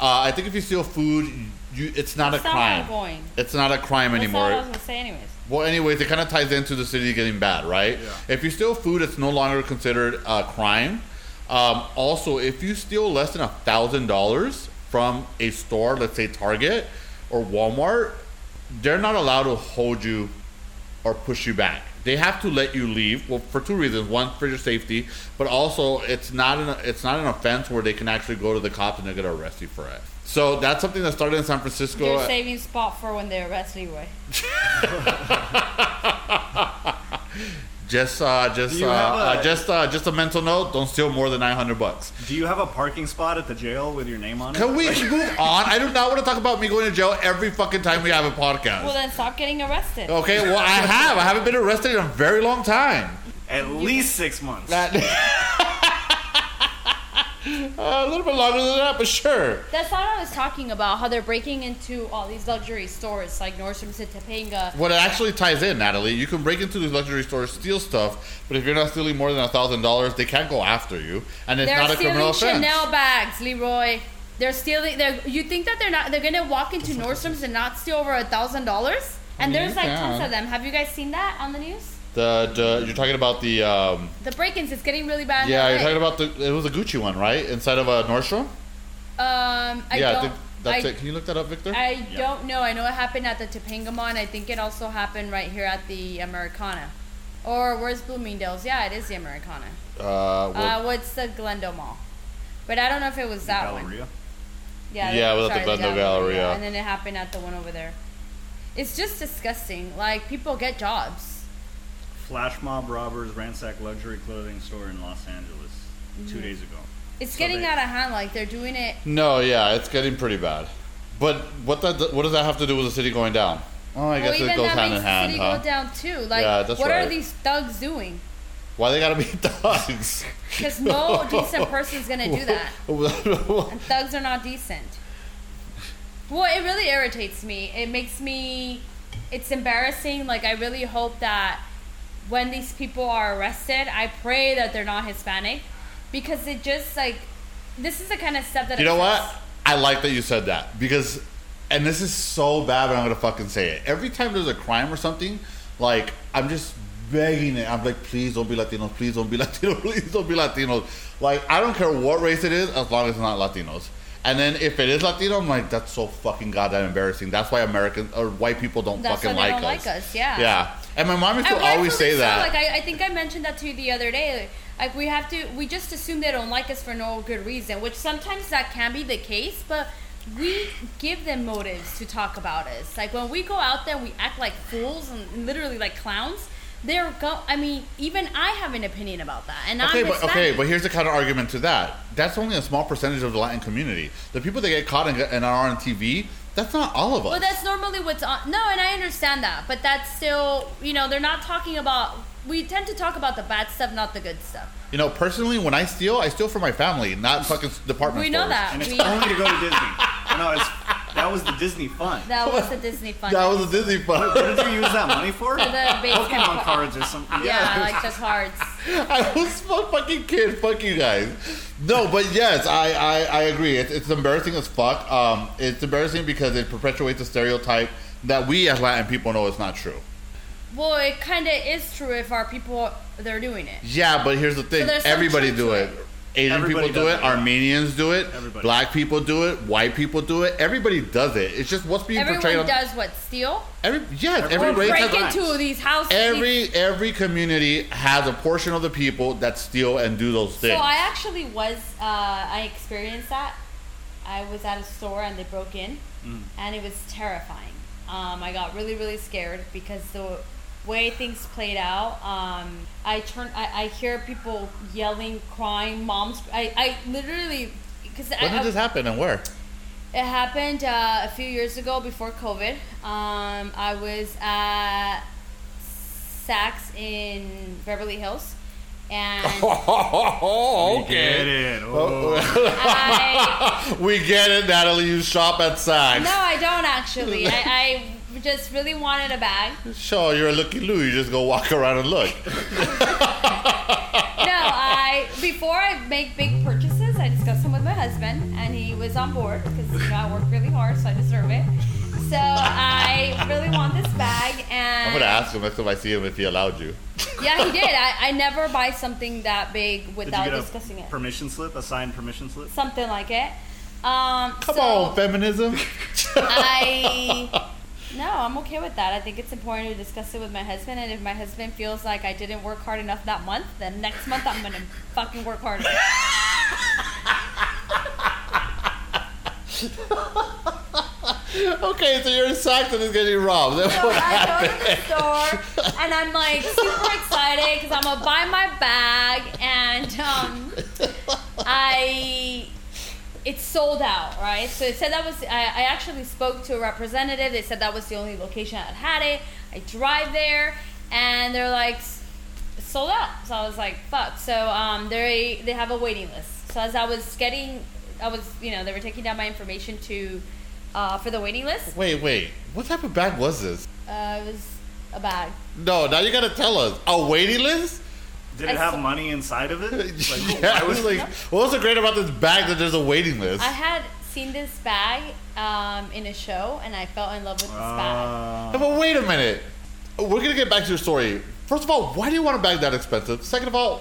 Speaker 3: Uh, I think if you steal food, you, it's not
Speaker 2: That's
Speaker 3: a
Speaker 2: not where I'm
Speaker 3: crime.
Speaker 2: going.
Speaker 3: It's not a crime
Speaker 2: That's not what I
Speaker 3: anymore.
Speaker 2: was gonna say, anyways.
Speaker 3: Well, anyways, it kind of ties into the city getting bad, right?
Speaker 1: Yeah.
Speaker 3: If you steal food, it's no longer considered a crime. Um, also, if you steal less than a thousand dollars from a store, let's say Target or Walmart, they're not allowed to hold you or push you back. They have to let you leave. Well, for two reasons: one, for your safety, but also it's not an it's not an offense where they can actually go to the cops and they're gonna arrest you for it. So that's something that started in San Francisco.
Speaker 2: You're saving spot for when they arrest Leroy.
Speaker 3: Just, uh, just,
Speaker 1: Do
Speaker 3: uh,
Speaker 1: you have a-
Speaker 3: uh, just, uh, just a mental note. Don't steal more than nine hundred bucks.
Speaker 1: Do you have a parking spot at the jail with your name on it?
Speaker 3: Can we move on? I do not want to talk about me going to jail every fucking time we have a podcast.
Speaker 2: Well, then stop getting arrested.
Speaker 3: okay, well, I (laughs) have. I haven't been arrested in a very long time.
Speaker 1: At least six months.
Speaker 3: (laughs) That- Uh, a little bit longer than that, but sure.
Speaker 2: That's not what I was talking about. How they're breaking into all these luxury stores like Nordstrom's and Topanga.
Speaker 3: What it actually ties in, Natalie, you can break into these luxury stores, steal stuff, but if you're not stealing more than a thousand dollars, they can't go after you, and it's
Speaker 2: They're
Speaker 3: not a criminal
Speaker 2: stealing
Speaker 3: offense.
Speaker 2: Chanel bags, Leroy. They're stealing. They're, you think that they're not? They're gonna walk into Nordstrom's and not steal over a thousand dollars? And
Speaker 3: mean,
Speaker 2: there's
Speaker 3: they
Speaker 2: like
Speaker 3: can.
Speaker 2: tons of them. Have you guys seen that on the news?
Speaker 3: The, the you're talking about the um,
Speaker 2: The break-ins. It's getting really bad. in
Speaker 3: Yeah,
Speaker 2: LA.
Speaker 3: you're talking about the. It was a Gucci one, right? Inside of a Nordstrom.
Speaker 2: Um, I
Speaker 3: yeah,
Speaker 2: don't.
Speaker 3: I think That's
Speaker 2: I-
Speaker 3: it. Can you look that up, Victor?
Speaker 2: I
Speaker 1: Yeah.
Speaker 2: don't know. I know it happened at the Topangamon. I think it also happened right here at the Americana. Or where's Bloomingdale's? Yeah, it is the Americana.
Speaker 3: uh, well,
Speaker 2: Uh, what's the Glendale Mall? But I don't know if it was that one.
Speaker 1: Galleria.
Speaker 2: Yeah,
Speaker 3: Yeah,
Speaker 2: that-
Speaker 3: with the
Speaker 2: sorry,
Speaker 3: Glendale Galleria.
Speaker 2: And then it happened at the one over there. It's just disgusting. Like people get jobs.
Speaker 1: Flash mob robbers ransack luxury clothing store in Los Angeles
Speaker 2: Mm-hmm.
Speaker 1: two days ago.
Speaker 2: It's
Speaker 1: So
Speaker 2: getting
Speaker 1: they-
Speaker 2: out of hand. Like they're doing it.
Speaker 3: no, yeah, it's getting pretty bad. But what that what does that have to do with the city going down? Oh, I
Speaker 2: well,
Speaker 3: guess
Speaker 2: even
Speaker 3: it goes
Speaker 2: that
Speaker 3: hand
Speaker 2: makes
Speaker 3: in hand,
Speaker 2: the city
Speaker 3: huh?
Speaker 2: go down too. Like,
Speaker 3: Yeah, that's
Speaker 2: what
Speaker 3: right.
Speaker 2: are these thugs doing?
Speaker 3: Why they gotta be (laughs) thugs? (laughs)
Speaker 2: Because no decent person's gonna do that.
Speaker 3: that.
Speaker 2: And thugs are not decent. Well, it really irritates me. It makes me. It's embarrassing. Like, I really hope that when these people are arrested, I pray that they're not Hispanic. Because it just, like, this is the kind of stuff that.
Speaker 3: you know
Speaker 2: upsets-
Speaker 3: what? I like that you said that because, and this is so bad, but I'm gonna fucking say it. Every time there's a crime or something, like I'm just begging it. I'm like, please don't be Latinos. Please don't be (laughs) Latinos. Please don't be Latinos. Like I don't care what race it is, as long as it's not Latinos. And then if it is Latino, I'm like, that's so fucking goddamn embarrassing. That's why Americans or white people don't
Speaker 2: That's
Speaker 3: fucking
Speaker 2: why they
Speaker 3: like,
Speaker 2: don't
Speaker 3: us.
Speaker 2: like us, yeah.
Speaker 3: Yeah. And my mom used to
Speaker 2: And rightfully
Speaker 3: always say
Speaker 2: so.
Speaker 3: that.
Speaker 2: Like I, I think I mentioned that to you the other day. Like we have to, we just assume they don't like us for no good reason, which sometimes that can be the case, but we give them motives to talk about us. Like when we go out there, we act like fools and literally like clowns. They're go. I mean, even I have an opinion about that, and
Speaker 3: Okay,
Speaker 2: I'm
Speaker 3: but
Speaker 2: Hispanic.
Speaker 3: okay, but here's the counter argument to that. That's only a small percentage of the Latin community. The people that get caught and, get- and are on TV, that's not all of us.
Speaker 2: Well, that's normally what's on. No, and I understand that, but that's still, you know, they're not talking about. We tend to talk about the bad stuff, not the good stuff.
Speaker 3: you know, personally, when I steal, I steal from my family, not fucking department.
Speaker 2: We know
Speaker 3: stores.
Speaker 2: that.
Speaker 1: And it's
Speaker 2: We,
Speaker 1: only to go to Disney. No, it's, that was the Disney
Speaker 2: (laughs)
Speaker 1: fund.
Speaker 2: that
Speaker 3: (laughs)
Speaker 2: was the Disney fund.
Speaker 3: (laughs) That was a Disney fun.
Speaker 1: What did you use that money for?
Speaker 2: the baseball
Speaker 1: Pokemon cards or something.
Speaker 2: Yeah, like the cards.
Speaker 3: (laughs) I was a fucking kid. Fuck you guys. No, but yes, I, I, I agree. It's, it's embarrassing as fuck. Um, it's embarrassing because it perpetuates a stereotype that we as Latin people know is not true.
Speaker 2: Well, it kind of is true if our people they're doing it.
Speaker 3: Yeah, but here's the thing:
Speaker 2: there's some
Speaker 3: everybody
Speaker 2: truth
Speaker 3: do
Speaker 2: to
Speaker 3: it.
Speaker 2: it.
Speaker 3: Asian
Speaker 1: Everybody
Speaker 3: people do
Speaker 1: does it.
Speaker 3: it. Armenians do it.
Speaker 1: Everybody.
Speaker 3: Black people do it. White people do it. Everybody does it. It's just what's being portrayed
Speaker 2: Everyone
Speaker 3: on
Speaker 2: does what steal
Speaker 3: every. Yes, every
Speaker 2: or
Speaker 3: race
Speaker 2: break
Speaker 3: has.
Speaker 1: crimes.
Speaker 2: into these houses.
Speaker 3: Every every community has a portion of the people that steal and do those
Speaker 2: so
Speaker 3: things.
Speaker 2: I actually was uh, I experienced that. I was at a store and they broke in,
Speaker 3: Mm.
Speaker 2: and it was terrifying. Um, I got really really scared because the way things played out. Um, I turn I, I hear people yelling, crying, moms. I I literally because
Speaker 3: when did this happen and
Speaker 1: (laughs)
Speaker 3: where?
Speaker 2: It happened uh, a few years ago before COVID. Um, I was at Saks in Beverly Hills,
Speaker 1: (laughs)
Speaker 2: and
Speaker 3: Oh,
Speaker 1: Get it. Oh.
Speaker 2: I
Speaker 3: (laughs) We get it, Natalie. You shop at Saks.
Speaker 2: no, I don't actually. I, I just really wanted a bag.
Speaker 3: Sure, you're a looky loo. You just go walk (laughs) around and look.
Speaker 2: No, I before I make big purchases, I discuss them with my husband, and he was on board because you know I work really hard, so I deserve it. So I really want this bag, and
Speaker 3: I'm gonna ask him next time I see him if he allowed you.
Speaker 2: Yeah,
Speaker 3: (laughs)
Speaker 2: he did. I, I never buy something that big
Speaker 1: Did you
Speaker 2: without
Speaker 1: get a
Speaker 2: discussing it.
Speaker 1: permission slip? A signed permission slip?
Speaker 2: Something like it. Um,
Speaker 3: Come
Speaker 2: so
Speaker 3: on, feminism.
Speaker 2: (laughs)
Speaker 3: (laughs)
Speaker 2: I. No, I'm okay with that. I think it's important to discuss it with my husband, and if my husband feels like I didn't work hard enough that month, then next month I'm gonna fucking work harder.
Speaker 3: okay, so you're in Saks and it's getting robbed. Then
Speaker 2: So
Speaker 3: what
Speaker 2: I go
Speaker 3: happened?
Speaker 2: to the store and I'm like super excited because I'm gonna buy my bag and um, I it's sold out, right? So it said that was I, I actually spoke to a representative. They said that was the only location that had it. I drive there and they're like "S- sold out. So I was like fuck. So um, they they have a waiting list. So as I was getting, I was you know they were taking down my information to. Uh, for the waiting list,
Speaker 3: (laughs) Wait, wait. What type of bag was this?
Speaker 2: uh, it was a bag.
Speaker 3: No, now you gotta tell us. A waiting list?
Speaker 1: Did
Speaker 2: I
Speaker 1: it have
Speaker 2: saw-
Speaker 1: money inside
Speaker 2: (laughs)
Speaker 1: of it? Like,
Speaker 3: (laughs) yeah,
Speaker 1: why
Speaker 3: I was
Speaker 1: would-
Speaker 3: like, what was so great about this bag that there's a waiting list?
Speaker 2: I had seen this bag um, in a show, and I fell in love with this bag.
Speaker 3: Yeah,
Speaker 1: Uh,
Speaker 3: but wait a minute. We're gonna get back to your story. First of all, why do you want a bag that expensive? Second of all,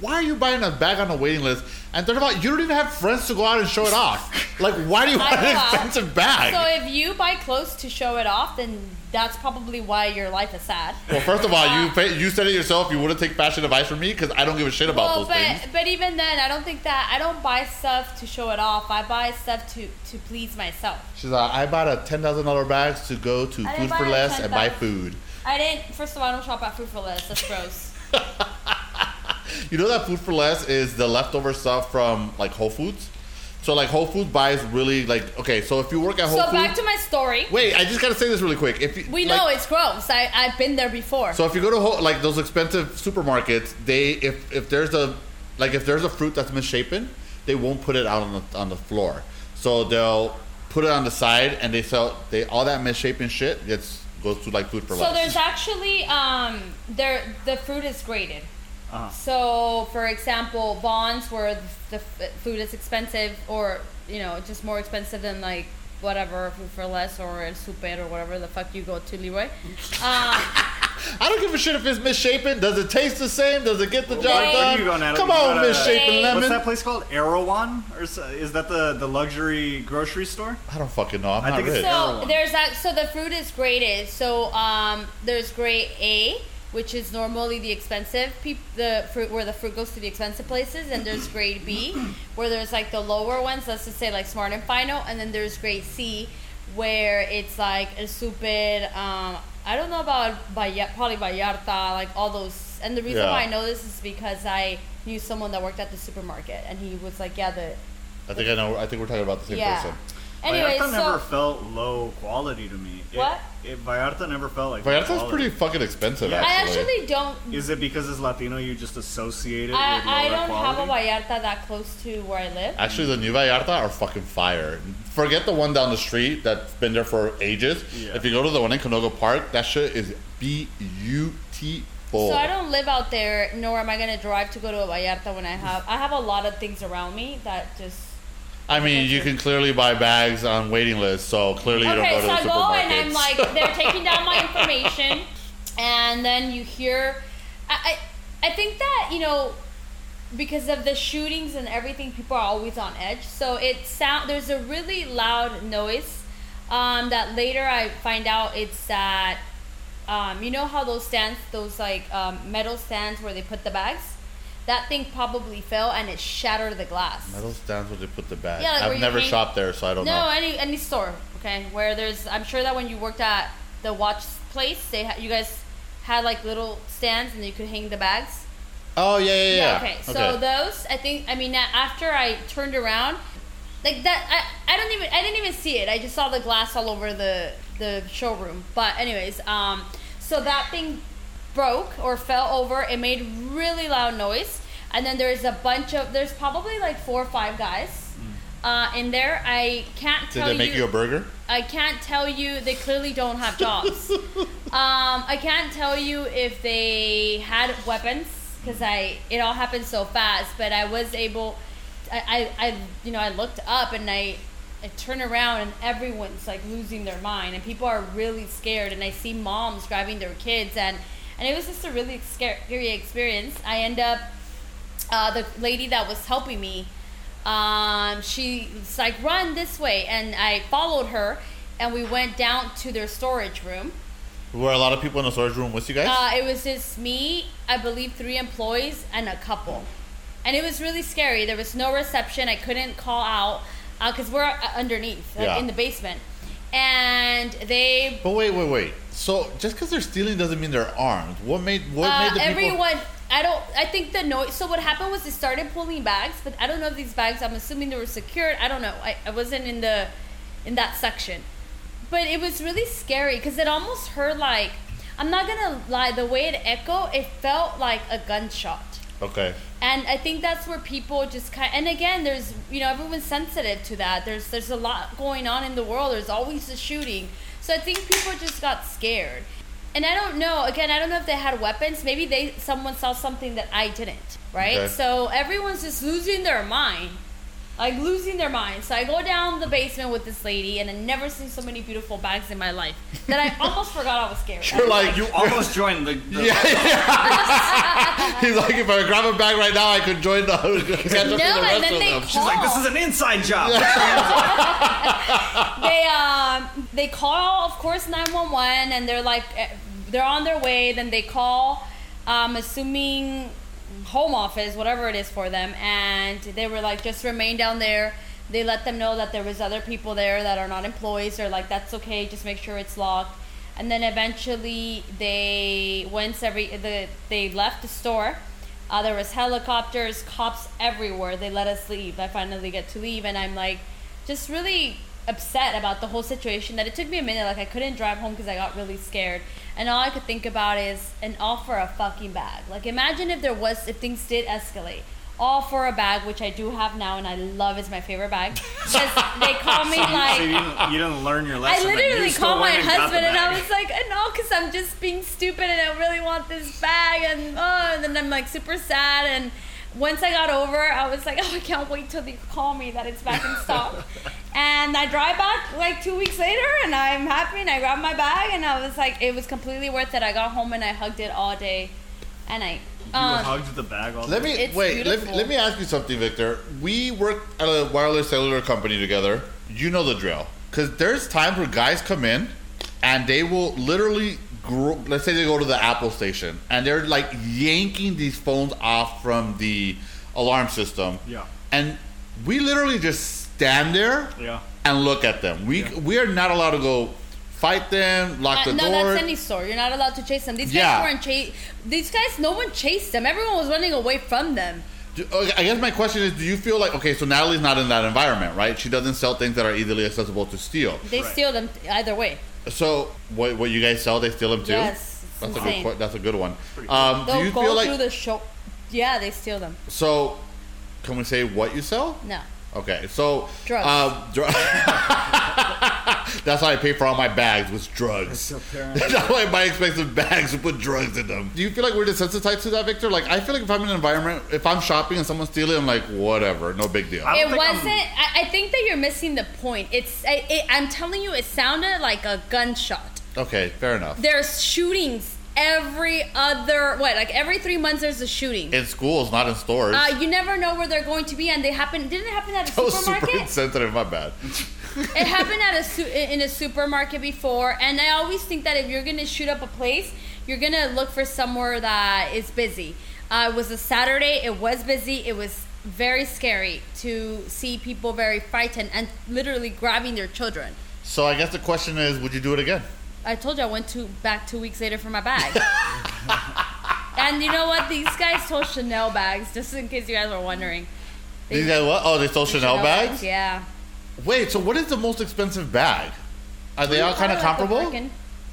Speaker 3: why are you buying a bag on a waiting list? And third of all, you don't even have friends to go out and show it off. Like, why do you
Speaker 2: I
Speaker 3: want an
Speaker 2: know.
Speaker 3: expensive
Speaker 2: So
Speaker 3: bag?
Speaker 2: if you buy clothes to show it off, then that's probably why your life is sad.
Speaker 3: Well, first of all, you fa- you said it yourself. You wouldn't take fashion advice from me because I don't give a shit about
Speaker 2: Well,
Speaker 3: those
Speaker 2: but
Speaker 3: things.
Speaker 2: but even then, I don't think that I don't buy stuff to show it off. I buy stuff to to please myself.
Speaker 3: She's like, I bought a ten thousand dollar bag to go to
Speaker 2: I didn't
Speaker 3: Food
Speaker 2: buy
Speaker 3: for
Speaker 2: a
Speaker 3: Less and buy
Speaker 2: $10,000
Speaker 3: food.
Speaker 2: I didn't. First of all, I don't shop at Food for Less. That's gross.
Speaker 3: You know that Food for Less is the leftover stuff from like Whole Foods. So like Whole Foods buys really like okay. So if you work at (laughs) Whole
Speaker 2: so
Speaker 3: Foods,
Speaker 2: back to my story.
Speaker 3: wait, I just gotta say this really quick. If you,
Speaker 2: We
Speaker 3: like,
Speaker 2: know it's gross. I I've been there before.
Speaker 3: So if you go to whole, like those expensive supermarkets, they if if there's a like if there's a fruit that's misshapen, they won't put it out on the on the floor. So they'll put it on the side and they sell they all that misshapen shit gets goes to like food for
Speaker 2: So
Speaker 3: less.
Speaker 2: there's actually um there the fruit is graded.
Speaker 1: Uh-huh.
Speaker 2: So for example, bonds where the, the f- food is expensive or you know just more expensive than like whatever food for less or El Super or whatever the fuck you go to Leroy. Um,
Speaker 3: I don't give a shit if it's misshapen. Does it taste the same? Does it get the job
Speaker 2: Where
Speaker 3: done?
Speaker 1: you go, Natalie?
Speaker 3: Come
Speaker 1: You
Speaker 3: on,
Speaker 1: gotta-
Speaker 3: misshapen
Speaker 2: Wait.
Speaker 1: What's
Speaker 3: lemon.
Speaker 1: that place called? Erewhon, or is, is that the the luxury grocery store?
Speaker 3: I don't fucking know. I'm
Speaker 1: I
Speaker 3: not
Speaker 1: think it's
Speaker 3: rich.
Speaker 1: so-
Speaker 2: So
Speaker 1: Heroin.
Speaker 2: there's that. So the fruit is graded. So um, there's grade A, which is normally the expensive peop- the fruit where the fruit goes to the expensive places, and there's grade B, where there's like the lower ones. Let's just say like Smart and Final, and then there's grade C, where it's like a stupid. Um, I don't know about Valla- probably Vallarta, like all those. And the reason
Speaker 3: Yeah.
Speaker 2: why I know this is because I knew someone that worked at the supermarket, and he was like, "Yeah, the
Speaker 3: I think I know. I think we're talking about the same
Speaker 2: yeah."
Speaker 3: person.
Speaker 2: Anyway,
Speaker 1: Vallarta
Speaker 2: so
Speaker 1: never felt low quality to me. It-
Speaker 2: What?
Speaker 1: It, Vallarta never felt like. low
Speaker 3: Vallarta's
Speaker 1: quality.
Speaker 3: pretty fucking expensive.
Speaker 1: Yeah.
Speaker 2: I
Speaker 3: actually.
Speaker 2: actually don't
Speaker 1: Is it because it's Latino? You just associate it with lower
Speaker 2: I, I don't
Speaker 1: quality?
Speaker 2: have a Vallarta that close to where I live.
Speaker 3: Actually, the new Vallarta are fucking fire. Forget the one down the street that's been there for ages.
Speaker 1: Yeah.
Speaker 3: If you go to the one in Canoga Park, that shit is beautiful.
Speaker 2: So I don't live out there, nor am I gonna drive to go to a Vallarta when I have I have a lot of things around me that just
Speaker 3: I mean, you can clearly buy bags on waiting lists, so clearly you
Speaker 2: okay.
Speaker 3: don't go to
Speaker 2: So
Speaker 3: the
Speaker 2: I go and I'm
Speaker 3: supermarkets.
Speaker 2: like, they're taking down my information, and then you hear, I, I, I think that you know, because of the shootings and everything, people are always on edge. So it sound there's a really loud noise um, that later I find out it's that um, you know how those stands, those like um, metal stands where they put the bags. That thing probably fell and it shattered the glass.
Speaker 3: Metal stands where they put the bag.
Speaker 2: Yeah, like where
Speaker 3: I've
Speaker 2: you
Speaker 3: never
Speaker 2: hang-
Speaker 3: shopped there, so I don't
Speaker 2: No,
Speaker 3: know.
Speaker 2: any any store, okay. Where there's, I'm sure that when you worked at the watch place, they ha- you guys had like little stands and you could hang the bags.
Speaker 3: Oh yeah, yeah, yeah.
Speaker 2: okay. So those, I think, I mean, a- after I turned around, like that, I, I don't even, I didn't even see it. I just saw the glass all over the the showroom. But anyways, um, so that thing broke or fell over. It made really loud noise, and then there's a bunch of, there's probably like four or five guys. Uh, in there, I can't
Speaker 3: Mm. Did
Speaker 2: tell
Speaker 3: they make you, a burger?
Speaker 2: I can't tell you. They clearly don't have jobs. um, I can't tell you if they had weapons because I it all happened so fast. But I was able. I, I, I you know I looked up and I, I turn around and everyone's like losing their mind and people are really scared and I see moms grabbing their kids and and it was just a really scar- scary experience. I end up uh, the lady that was helping me, um, she's like, run this way. And I followed her, and we went down to their storage room.
Speaker 3: Were a lot of people in the storage room with you guys?
Speaker 2: Uh, it was just me, I believe, three employees, and a couple. And it was really scary. There was no reception. I couldn't call out because we're uh, underneath, like
Speaker 3: Yeah.
Speaker 2: in the basement. And they
Speaker 3: but wait, wait, wait. So just because they're stealing doesn't mean they're armed. What made what
Speaker 2: Uh,
Speaker 3: made the people?
Speaker 2: everyone, I don't. I think the noise. So what happened was they started pulling bags, but I don't know if these bags. I'm assuming they were secured. I don't know. I, I wasn't in the in that section, but it was really scary because it almost heard like I'm not gonna lie. The way it echoed, it felt like a gunshot.
Speaker 3: Okay. (laughs)
Speaker 2: And I think that's where people just kind. And again, there's you know everyone's sensitive to that. There's there's a lot going on in the world. There's always a shooting. So I think people just got scared. And I don't know. Again, I don't know if they had weapons. Maybe they someone saw something that I didn't. Right.
Speaker 3: Okay.
Speaker 2: So everyone's just losing their mind. like losing their mind. So I go down the basement with this lady, and I never seen so many beautiful bags in my life that I almost forgot I was scared.
Speaker 3: You're like
Speaker 1: You almost joined the. the
Speaker 3: Yeah, yeah. (laughs) He's like, if I grab a bag right now, I could join the (laughs) catch up
Speaker 2: No,
Speaker 3: with the
Speaker 2: and
Speaker 3: rest
Speaker 2: then
Speaker 3: of
Speaker 2: they
Speaker 3: them.
Speaker 1: She's like, this is an inside job.
Speaker 2: (laughs) they um they call of course 911 and they're like eh, they're on their way then they call um assuming home office whatever it is for them and they were like just remain down there they let them know that there was other people there that are not employees or like that's okay just make sure it's locked and then eventually they once every the, they left the store uh, there was helicopters cops everywhere they let us leave i finally get to leave and i'm like just really upset about the whole situation that it took me a minute like i couldn't drive home because i got really scared and all i could think about is an all for a fucking bag like imagine if there was if things did escalate all for a bag which i do have now and i love is my favorite bag 'Cause they call me
Speaker 1: So you
Speaker 2: like
Speaker 1: didn't, you didn't learn your
Speaker 2: I
Speaker 1: lesson. that
Speaker 2: literally
Speaker 1: you still
Speaker 2: called my
Speaker 1: went and got the
Speaker 2: husband and I
Speaker 1: bag.
Speaker 2: was like, "Uh, no, because I'm just being stupid and I really want this bag. And, oh, and then I'm like super sad. And once I got over, I was like, (laughs) oh, I can't wait till they call me that it's
Speaker 3: (laughs)
Speaker 2: back in stock. and I drive back like two weeks later and I'm happy and I grabbed my bag and I was like, it was completely worth it. I got home and I hugged it all day and I.
Speaker 1: You
Speaker 2: Um,
Speaker 1: hugged the bag all
Speaker 3: Let
Speaker 1: day.
Speaker 3: me
Speaker 2: It's
Speaker 3: wait. Let, me-
Speaker 2: beautiful.
Speaker 3: let me ask you something, Victor. We worked at a wireless cellular company together. You know the drill, because there's times where guys come in and they will literally. Gro- let's say they go to the Apple station and they're like yanking these phones off from the alarm system.
Speaker 1: Yeah.
Speaker 3: And we literally just stand there.
Speaker 1: Yeah.
Speaker 3: And look at them. We we are not allowed to go fight them, lock
Speaker 2: uh,
Speaker 3: the
Speaker 2: no,
Speaker 3: door.
Speaker 2: that's any store. You're not allowed to chase them. These guys
Speaker 3: Yeah.
Speaker 2: weren't chase. These guys, no one chased them. Everyone was running away from them.
Speaker 3: Do- okay, I guess my question is: Do you feel like okay? So Natalie's not in that environment, right? She doesn't sell things that are easily accessible to steal.
Speaker 2: They
Speaker 1: Right.
Speaker 2: steal them either way.
Speaker 3: So what what you guys sell, they steal them too.
Speaker 2: Yes, it's
Speaker 3: that's a
Speaker 2: insane.
Speaker 3: good que- that's a good one. Um, do
Speaker 2: They'll
Speaker 3: you
Speaker 2: go
Speaker 3: feel
Speaker 2: through
Speaker 3: like
Speaker 2: the show. Yeah, they steal them.
Speaker 3: so? Can we say what you sell?
Speaker 2: No.
Speaker 3: Okay, so
Speaker 2: Drugs.
Speaker 3: Uh, dr- (laughs) that's how I pay for all my bags was drugs. (laughs) That's how I buy expensive bags to put drugs in them. Do you feel like we're desensitized to that, Victor? Like I feel like if I'm in an environment, if I'm shopping and someone's stealing, I'm like whatever, no big deal.
Speaker 1: I
Speaker 2: It
Speaker 1: don't think I'm-
Speaker 2: wasn't. I, I think that you're missing the point. It's. I, it, I'm telling you, it sounded like a gunshot.
Speaker 3: Okay, fair enough.
Speaker 2: There's shootings every other. What? Like every three months, there's a shooting.
Speaker 3: in schools, not in stores. (laughs)
Speaker 2: Uh, you never know where they're going to be, and they happen. Didn't it happen at a
Speaker 3: that was super
Speaker 2: supermarket?
Speaker 3: insensitive. My bad.
Speaker 2: it happened at a su- in a supermarket before, and I always think that if you're gonna shoot up a place, you're gonna look for somewhere that is busy. Uh, it was a Saturday. It was busy. It was very scary to see people very frightened and literally grabbing their children.
Speaker 3: So I guess the question is, would you do it again?
Speaker 2: I told you I went to back two weeks later for my bag. and you know what? These guys stole Chanel bags, just in case you guys were wondering. They-
Speaker 3: These guys, what? Oh, they stole Chanel, bags.
Speaker 2: Yeah.
Speaker 3: Wait, so what is the most expensive bag? Are they all kind of
Speaker 2: Probably like the Uh,
Speaker 3: comparable?
Speaker 2: Birkin.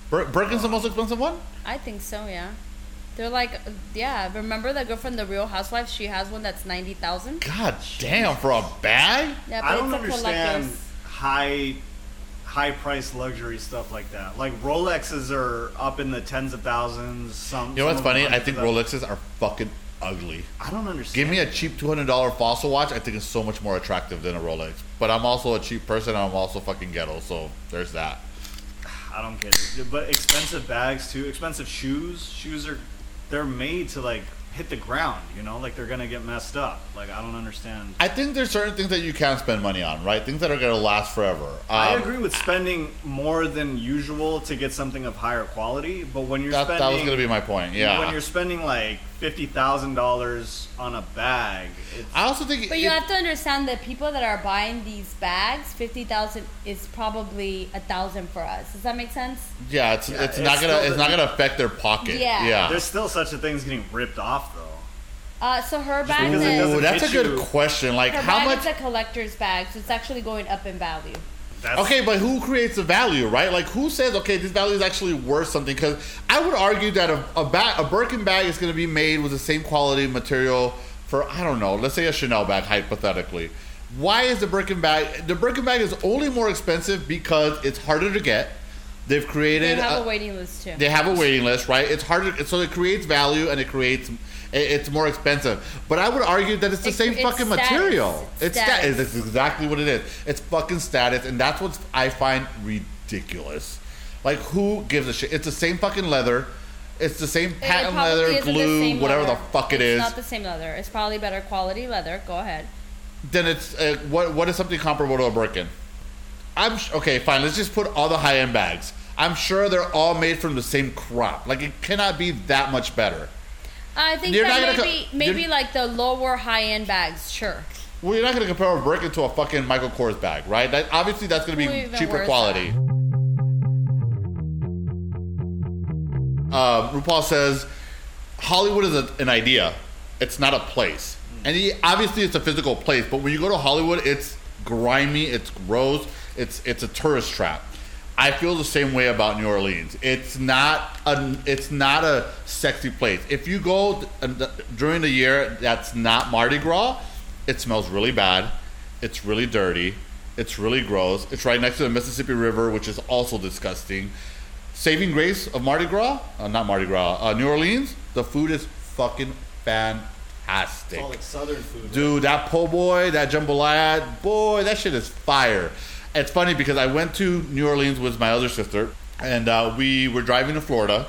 Speaker 3: Bir- Birkin's the most expensive one.
Speaker 2: I think so, yeah. They're like, yeah. Remember that girl from The Real Housewives? She has one that's ninety thousand.
Speaker 3: God damn, for a bag?
Speaker 2: Yeah,
Speaker 1: I don't
Speaker 2: collector's.
Speaker 1: understand high high price luxury stuff like that. Like Rolexes are up in the tens of thousands. Some
Speaker 3: You know what's
Speaker 1: some of them
Speaker 3: funny? I
Speaker 1: hundreds
Speaker 3: think
Speaker 1: of thousands.
Speaker 3: Rolexes are fucking ugly.
Speaker 1: I don't understand.
Speaker 3: Give me a cheap two hundred dollar fossil watch. I think it's so much more attractive than a Rolex. But I'm also a cheap person. and I'm also fucking ghetto. So there's that.
Speaker 1: I don't get it. But expensive bags too. Expensive shoes. Shoes are they're made to like hit the ground. You know, like they're gonna get messed up. Like I don't understand.
Speaker 3: I think there's certain things that you can spend money on, right? Things that are gonna last forever. Um,
Speaker 1: I agree with spending more than usual to get something of higher quality, but when you're
Speaker 3: That,
Speaker 1: spending
Speaker 3: that was gonna be my point. Yeah.
Speaker 1: when you're spending like fifty thousand dollars on a bag, it's,
Speaker 3: I also think.
Speaker 2: But you
Speaker 3: it-
Speaker 2: have to understand that people that are buying these bags, fifty thousand is probably a thousand for us. Does that make sense?
Speaker 3: yeah, it's,
Speaker 1: Yeah, it's
Speaker 3: it's not gonna
Speaker 1: still
Speaker 3: it's
Speaker 1: the-
Speaker 3: not gonna affect their pocket.
Speaker 2: Yeah.
Speaker 1: there's still such a thing as getting ripped off though.
Speaker 2: Uh, so her bag
Speaker 1: because it
Speaker 2: is
Speaker 3: Ooh,
Speaker 1: doesn't
Speaker 3: that's a
Speaker 1: fit
Speaker 3: good
Speaker 1: you.
Speaker 3: question. Like,
Speaker 2: her
Speaker 3: how
Speaker 2: bag
Speaker 3: much?
Speaker 2: is a collector's bag, so it's actually going up in value.
Speaker 1: That's,
Speaker 3: Okay, but who creates the value, right? Like, who says, okay, this value is actually worth something? Because I would argue that a, a bag, a Birkin bag, is going to be made with the same quality material for I don't know, let's say a Chanel bag, hypothetically. Why is the Birkin bag? The Birkin bag is only more expensive because it's harder to get. They've
Speaker 2: They
Speaker 3: created
Speaker 2: have
Speaker 3: a-
Speaker 2: a waiting list too.
Speaker 3: uh, they have a waiting list, right? It's harder, so it creates value and it creates. it- It's more expensive, but I would argue that it's the
Speaker 2: It-
Speaker 3: same
Speaker 2: it's
Speaker 3: fucking
Speaker 2: status.
Speaker 3: material.
Speaker 2: It's
Speaker 3: It's sta-
Speaker 2: status.
Speaker 3: It's exactly what it is. It's fucking status, and that's what I find ridiculous. Like, who gives a shit? It's the same fucking leather. It's the same
Speaker 2: It
Speaker 3: patent
Speaker 2: probably
Speaker 3: leather,
Speaker 2: isn't the
Speaker 3: glue,
Speaker 2: same
Speaker 3: whatever
Speaker 2: leather.
Speaker 3: the fuck it
Speaker 2: it's
Speaker 3: is.
Speaker 2: not the same leather. It's probably better quality leather. Go ahead.
Speaker 3: then it's uh, what? What is something comparable to a Birkin? I'm sh- okay. Fine. Let's just put all the high end bags. I'm sure they're all made from the same crop. Like, it cannot be that much better.
Speaker 2: Uh, I think
Speaker 3: You're not
Speaker 2: that
Speaker 3: gonna
Speaker 2: maybe
Speaker 3: co-
Speaker 2: maybe
Speaker 3: you're-
Speaker 2: like the lower high end bags, sure.
Speaker 3: Well, you're not going to compare a brick into a fucking Michael Kors bag, right? That, obviously, that's going to
Speaker 2: Well,
Speaker 3: be
Speaker 2: even
Speaker 3: cheaper
Speaker 2: worse
Speaker 3: quality. Uh, RuPaul says Hollywood is a, an idea, it's not a place. And he, obviously, it's a physical place, but when you go to Hollywood, it's grimy, it's gross, it's, it's a tourist trap. I feel the same way about New Orleans. It's not a it's not a sexy place. If you go th- during the year that's not Mardi Gras, it smells really bad. It's really dirty. It's really gross. It's right next to the Mississippi River, which is also disgusting. Saving grace of Mardi Gras, uh, not Mardi Gras, uh, New Orleans. The food is fucking fantastic.
Speaker 1: It's all like southern food.
Speaker 3: Dude, that po' boy, that jambalaya, boy, that shit is fire. It's funny because I went to New Orleans with my other sister, and uh, we were driving to Florida,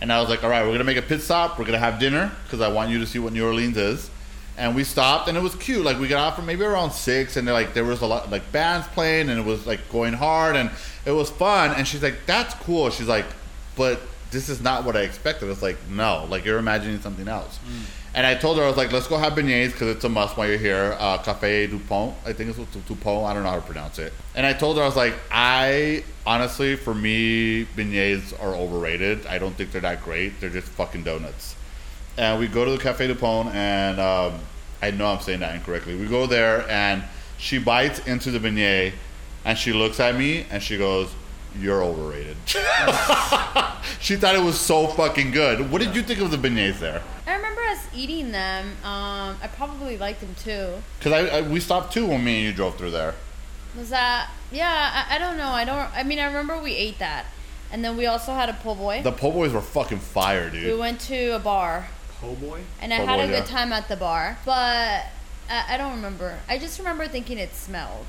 Speaker 3: and I was like, "All right, we're gonna make a pit stop. We're gonna have dinner because I want you to see what New Orleans is." And we stopped, and it was cute. Like we got out from maybe around six, and like there was a lot like bands playing, and it was like going hard, and it was fun. And she's like, "That's cool." She's like, "But this is not what I expected." It's like, no, like you're imagining something else. And I told her, I was like, let's go have beignets because it's a must while you're here. Uh, Cafe Dupont, I think it's Dupont. I don't know how to pronounce it. And I told her, I was like, I honestly, for me, beignets are overrated. I don't think they're that great. They're just fucking donuts. And we go to the Cafe Dupont, and um, I know I'm saying that incorrectly. We go there, and she bites into the beignet, and she looks at me, and she goes, "You're overrated." (laughs) she thought it was so fucking good. What did you think of the beignets there?
Speaker 2: I remember us eating them. Um, I probably liked them too.
Speaker 3: Because I, I we stopped too when me and you drove through there.
Speaker 2: Was that? Yeah, I, I don't know. I don't. I mean, I remember we ate that, and then we also had a po' boy.
Speaker 3: The po' boys were fucking fire,
Speaker 2: we
Speaker 3: dull
Speaker 2: went to a bar,
Speaker 1: Po' boy?
Speaker 2: and I
Speaker 3: Po'
Speaker 2: had
Speaker 3: boy,
Speaker 2: a good
Speaker 3: yeah.
Speaker 2: time at the bar, but I, I don't remember. I just remember thinking it smelled.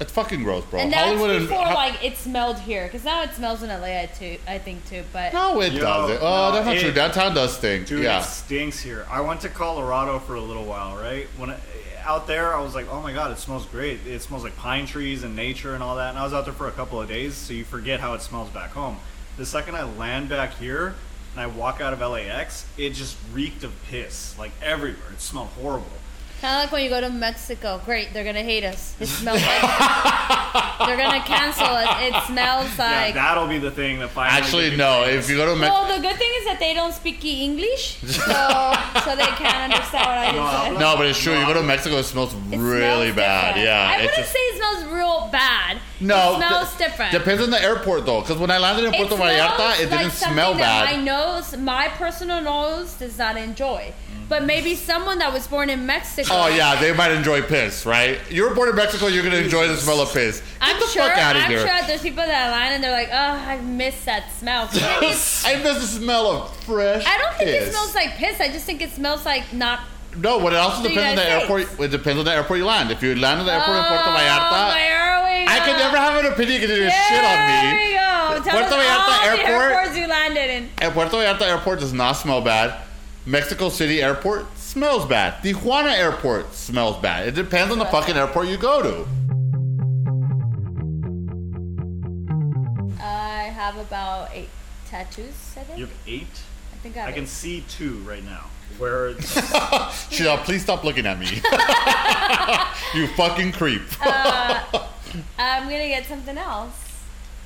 Speaker 3: It's fucking gross, bro.
Speaker 2: and that's
Speaker 3: Hollywood
Speaker 2: before
Speaker 3: and,
Speaker 2: like it smelled here, because now it smells in LA too. I think too, but
Speaker 3: no, it
Speaker 1: Yo,
Speaker 3: doesn't. Oh,
Speaker 1: no,
Speaker 3: that's not
Speaker 1: it-
Speaker 3: true. Downtown does stink.
Speaker 1: Dude,
Speaker 3: yeah,
Speaker 1: it stinks here. I went to Colorado for a little while, right? When I, out there, I was like, "Oh my god, it smells great! It smells like pine trees and nature and all that." And I was out there for a couple of days, so you forget how it smells back home. The second I land back here and I walk out of LAX, it just reeked of piss, like everywhere. It smelled horrible.
Speaker 2: Kind of like when you go to Mexico. Great, they're gonna hate us.
Speaker 3: (laughs)
Speaker 2: It smells like they're gonna cancel it. It smells like.
Speaker 1: yeah, that'll be the thing that finally.
Speaker 3: actually, no. If you go to Mexico,
Speaker 2: well, the good thing is that they don't speak
Speaker 1: (laughs)
Speaker 2: English, so so they can't understand what
Speaker 1: No,
Speaker 2: I just said.
Speaker 1: I'm
Speaker 3: no, but it's true. You go to Mexico, it smells
Speaker 2: It
Speaker 3: really
Speaker 2: smells
Speaker 3: bad.
Speaker 2: different.
Speaker 3: Yeah,
Speaker 2: I
Speaker 3: it's
Speaker 2: wouldn't
Speaker 3: just-
Speaker 2: say it smells real bad.
Speaker 3: no.
Speaker 2: it smells
Speaker 3: d-
Speaker 2: different.
Speaker 3: Depends on the airport though, because when I landed in Puerto
Speaker 2: smells
Speaker 3: Vallarta,
Speaker 2: like
Speaker 3: it didn't
Speaker 2: something
Speaker 3: smell
Speaker 2: that
Speaker 3: bad.
Speaker 2: My nose, my personal nose, does not enjoy. But maybe someone that was born in Mexico.
Speaker 3: Oh yeah, they might enjoy piss, right? You're born in Mexico, you're gonna enjoy the smell of piss. Get
Speaker 2: I'm
Speaker 3: the
Speaker 2: sure.
Speaker 3: fuck out of
Speaker 2: I'm
Speaker 3: here.
Speaker 2: sure there's people that line and they're like, "Oh, I miss that
Speaker 3: (laughs)
Speaker 2: smell." But I mean,
Speaker 3: I miss the smell of fresh.
Speaker 2: I don't think
Speaker 3: piss.
Speaker 2: it smells like piss. I just think it smells like not.
Speaker 3: No, but it also
Speaker 2: The
Speaker 3: depends on the
Speaker 2: United
Speaker 3: airport. It depends on the airport you land. If you land at the airport in Puerto
Speaker 2: Oh,
Speaker 3: Vallarta,
Speaker 2: where we
Speaker 3: I could
Speaker 2: going?
Speaker 3: never have an opinion because you're
Speaker 2: there
Speaker 3: shit on me.
Speaker 2: we go. Tell
Speaker 3: Puerto
Speaker 2: us
Speaker 3: Vallarta
Speaker 2: all the
Speaker 3: Airport.
Speaker 2: airports you landed in.
Speaker 3: And Puerto Vallarta Airport does not smell bad. Mexico City Airport smells bad. Tijuana Airport smells bad. It depends on the fucking airport you go to.
Speaker 2: I have about eight tattoos. I think.
Speaker 1: You have eight.
Speaker 2: I think I,
Speaker 1: I
Speaker 2: have
Speaker 1: can
Speaker 2: eight.
Speaker 1: see two right now. Where it's
Speaker 3: She's like, please stop looking at me. (laughs) you fucking creep.
Speaker 2: Uh, I'm gonna get something else.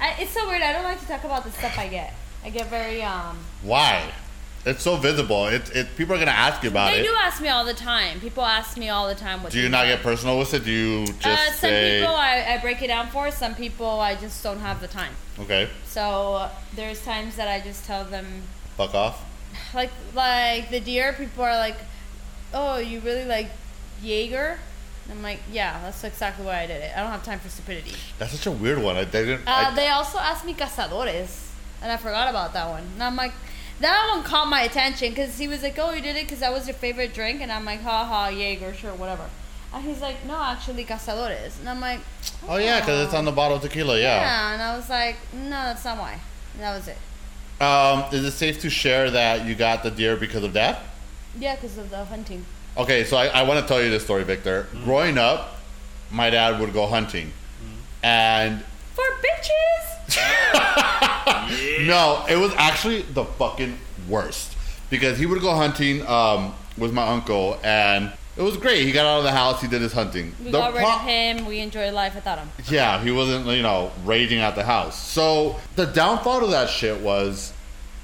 Speaker 2: I, it's so weird. I don't like to talk about the stuff I get. I get very um.
Speaker 3: Why? It's so visible. It, it, people are gonna ask you about
Speaker 2: They
Speaker 3: it.
Speaker 2: do ask me all the time. People ask me all the time. What
Speaker 3: Do you
Speaker 2: they
Speaker 3: not get personal with it? Do you just
Speaker 2: Uh, some
Speaker 3: say
Speaker 2: people I, I break it down for. Some people I just don't have the time.
Speaker 3: okay?
Speaker 2: So uh, there's times that I just tell them,
Speaker 3: Fuck off.
Speaker 2: like like the deer. People are like, "Oh, you really like Jaeger?" I'm like, yeah, that's exactly why I did it. I don't have time for stupidity.
Speaker 3: That's such a weird one. I they didn't.
Speaker 2: Uh,
Speaker 3: I,
Speaker 2: they also asked me cazadores, and I forgot about that one. And I'm like, that one caught my attention because he was like, oh, you did it because that was your favorite drink, and I'm like, ha ha, Jaeger, sure, whatever. And he's like, no, actually, cazadores, and I'm like,
Speaker 3: oh yeah, because it's on the bottle of tequila. Yeah.
Speaker 2: yeah, and I was like, no, that's not why. And that was it.
Speaker 3: Um, is it safe to share that you got the deer because of that?
Speaker 2: Yeah, because of the hunting.
Speaker 3: Okay, so I, I want to tell you this story, Victor. Growing up, my dad would go hunting, and
Speaker 2: For bitches.
Speaker 3: No, it was actually the fucking worst because he would go hunting um, with my uncle, and it was great. He got out of the house. He did his hunting.
Speaker 2: We
Speaker 3: The
Speaker 2: got rid
Speaker 3: pro-
Speaker 2: of him. We enjoyed life without him.
Speaker 3: Yeah, he wasn't you know raging at the house. So the downfall to that shit was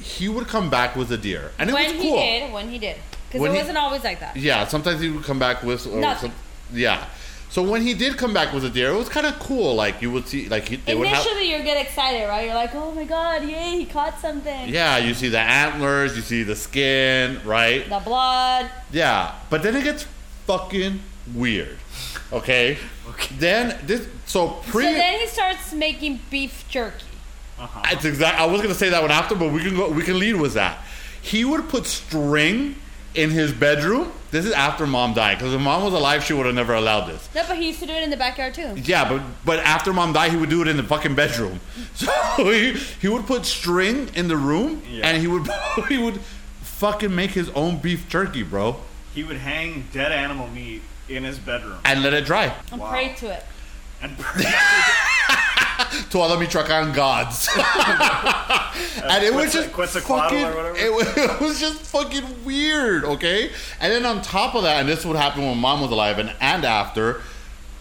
Speaker 3: he would come back with a deer, and it
Speaker 2: when
Speaker 3: was
Speaker 2: he
Speaker 3: cool.
Speaker 2: did, when he did, because
Speaker 3: When
Speaker 2: it
Speaker 3: he-
Speaker 2: wasn't always like that.
Speaker 3: Yeah, sometimes he would come back with or
Speaker 2: Nothing.
Speaker 3: yeah. So when he did come back with a deer, it was kind of cool. Like you would see, like he, they would have.
Speaker 2: Initially, you get excited, right? You're like, oh my god, yay, he caught something.
Speaker 3: Yeah, you see the antlers, you see the skin, right?
Speaker 2: The blood.
Speaker 3: Yeah, but then it gets fucking weird. Okay. okay. Then this so pre.
Speaker 2: so then he starts making beef jerky.
Speaker 3: It's exact. I was gonna say that one after, but we can go. We can lead with that. He would put string in his bedroom. This is after mom died because if mom was alive, she would have never allowed this.
Speaker 2: No, but he used to do it in the backyard too.
Speaker 3: Yeah, but but after mom died, he would do it in the fucking bedroom. (laughs) So he, he would put string in the room,
Speaker 1: Yeah.
Speaker 3: and he would (laughs) he would fucking make his own beef jerky, bro,
Speaker 1: He would hang dead animal meat in his bedroom
Speaker 3: and let it dry.
Speaker 2: I'm
Speaker 1: Wow.
Speaker 2: prey to it.
Speaker 1: and (laughs)
Speaker 3: to all the Michoacan
Speaker 1: (laughs)
Speaker 3: gods. and it was
Speaker 1: Quetzal-
Speaker 3: just
Speaker 1: Quetzalcoatl or
Speaker 3: fucking,
Speaker 1: whatever?
Speaker 3: it, wa- (laughs) it was just fucking weird, okay? And then on top of that, and this would happen when mom was alive and, and after,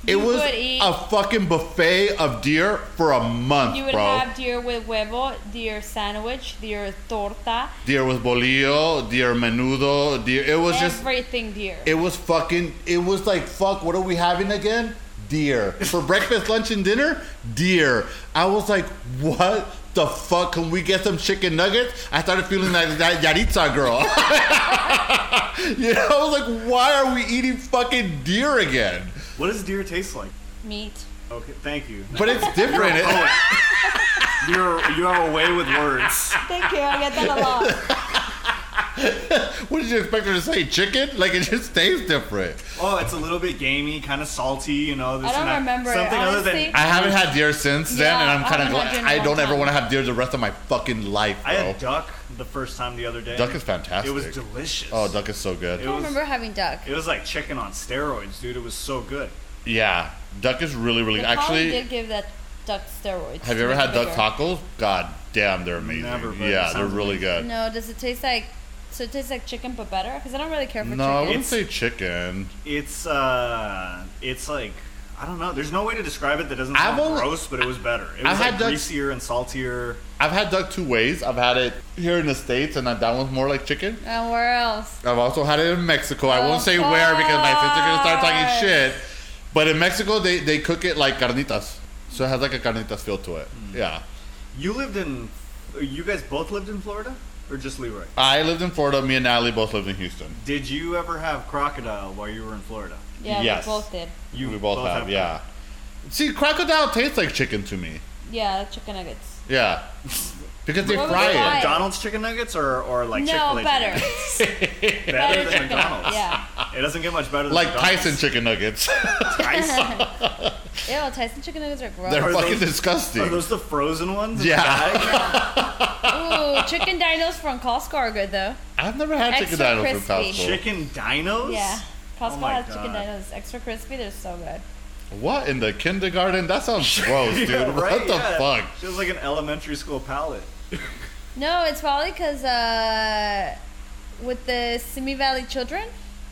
Speaker 3: it
Speaker 2: You
Speaker 3: was
Speaker 2: would eat-
Speaker 3: a fucking buffet of deer for a month,
Speaker 2: You would
Speaker 3: Uh, bro.
Speaker 2: have deer with huevo, deer sandwich, deer torta,
Speaker 3: deer with bolillo, deer menudo, deer. It was just,
Speaker 2: everything deer.
Speaker 3: it was fucking, it was like, fuck, what are we having again? Deer. For breakfast, lunch, and dinner? Deer. I was like, what the fuck? Can we get some chicken nuggets? I started feeling like that Yaritza girl. (laughs) you know, I was like, why are we eating fucking deer again?
Speaker 1: what does deer taste like?
Speaker 2: Meat.
Speaker 3: Ah.
Speaker 1: Okay, thank you. Oh,
Speaker 3: But it's different.
Speaker 2: (laughs)
Speaker 3: (laughs) It- (laughs)
Speaker 1: You're you have a way with words.
Speaker 2: Thank you. I get that a
Speaker 3: (laughs)
Speaker 2: lot.
Speaker 3: what did you expect her to say? Chicken? Like, it just tastes different.
Speaker 1: Oh, it's a little bit gamey, kind of salty, you know. This
Speaker 2: I don't
Speaker 1: and that.
Speaker 2: remember it,
Speaker 1: something other than
Speaker 2: honestly.
Speaker 3: I haven't had deer since then,
Speaker 2: Yeah,
Speaker 3: and I'm
Speaker 2: I
Speaker 3: kind of
Speaker 2: haven't had deer
Speaker 3: glad.
Speaker 2: in a
Speaker 3: I
Speaker 2: long
Speaker 3: don't ever
Speaker 2: time.
Speaker 3: want to have deer the rest of my fucking life,
Speaker 1: I
Speaker 3: bro.
Speaker 1: had duck the first time the other day.
Speaker 3: Duck is fantastic.
Speaker 1: It was delicious.
Speaker 3: Oh, duck is so good.
Speaker 1: It
Speaker 2: I don't
Speaker 1: was-
Speaker 2: remember having duck.
Speaker 1: It was like chicken on steroids, dude. It was so good.
Speaker 3: Yeah, duck is really, really
Speaker 2: They
Speaker 3: actually.
Speaker 2: probably did give that duck steroids. to
Speaker 3: Have you ever
Speaker 2: make
Speaker 3: had
Speaker 2: it
Speaker 3: duck
Speaker 2: bigger.
Speaker 3: tacos? God damn, they're amazing.
Speaker 1: Never, but
Speaker 3: yeah,
Speaker 1: it
Speaker 3: they're
Speaker 1: sounds
Speaker 3: really good.
Speaker 2: No, does it taste like? So it tastes like chicken, but better? Because I don't really care for
Speaker 3: No, I
Speaker 2: chicken.
Speaker 3: wouldn't say chicken.
Speaker 1: It's uh, it's like I don't know. There's no way to describe it that doesn't
Speaker 3: I've
Speaker 1: sound
Speaker 3: only-
Speaker 1: gross, but it was better. It was
Speaker 3: I've
Speaker 1: like
Speaker 3: had duck-
Speaker 1: greasier and saltier.
Speaker 3: I've had duck two ways. I've had it here in the states, and that that one's more like chicken.
Speaker 2: And where else?
Speaker 3: I've also had it in Mexico. I won't
Speaker 2: Of
Speaker 3: say where because my sister's gonna start
Speaker 2: course.
Speaker 3: talking shit. But in Mexico, they they cook it like carnitas, so it has like a carnitas feel to it.
Speaker 1: Hmm.
Speaker 3: Yeah,
Speaker 1: You lived in, you guys both lived in Florida, or just Leroy?
Speaker 3: I lived in Florida. Me and Natalie both lived in Houston.
Speaker 1: Did you ever have crocodile while you were in Florida?
Speaker 2: Yeah,
Speaker 3: Yes.
Speaker 2: we both did.
Speaker 1: You
Speaker 3: we both, have, yeah. See, crocodile tastes like chicken to me.
Speaker 2: Yeah, chicken nuggets.
Speaker 3: Yeah, because they
Speaker 2: What was
Speaker 3: fry
Speaker 2: it
Speaker 3: it.
Speaker 2: like?
Speaker 1: McDonald's chicken nuggets or, or like
Speaker 2: no,
Speaker 1: Chick-fil-A
Speaker 2: better.
Speaker 1: chicken nuggets?
Speaker 2: better
Speaker 1: better than
Speaker 2: chicken
Speaker 1: McDonald's.
Speaker 2: nuggets. Yeah.
Speaker 1: It doesn't get much better than
Speaker 3: Like
Speaker 1: McDonald's.
Speaker 3: Tyson chicken nuggets. (laughs)
Speaker 1: Tyson.
Speaker 2: Ew, Tyson chicken nuggets are gross.
Speaker 3: They're
Speaker 1: Are
Speaker 3: fucking
Speaker 1: those- Are
Speaker 3: disgusting.
Speaker 1: those the frozen ones?
Speaker 3: Yeah. (laughs)
Speaker 2: Ooh, chicken dinos from Costco are good though.
Speaker 3: I've never had chicken
Speaker 2: Extra
Speaker 3: dinos from
Speaker 2: crispy.
Speaker 1: (laughs)
Speaker 3: Costco.
Speaker 1: chicken dinos?
Speaker 2: Yeah. Costco
Speaker 1: Oh my
Speaker 2: has chicken
Speaker 1: God.
Speaker 2: dinos extra crispy. They're so good.
Speaker 3: What in the kindergarten? That sounds gross,
Speaker 1: (laughs)
Speaker 3: dude.
Speaker 1: Yeah, right?
Speaker 3: what the
Speaker 1: Yeah.
Speaker 3: fuck?
Speaker 1: Feels like an elementary school palate.
Speaker 2: No, it's probably because uh, with the Simi Valley children,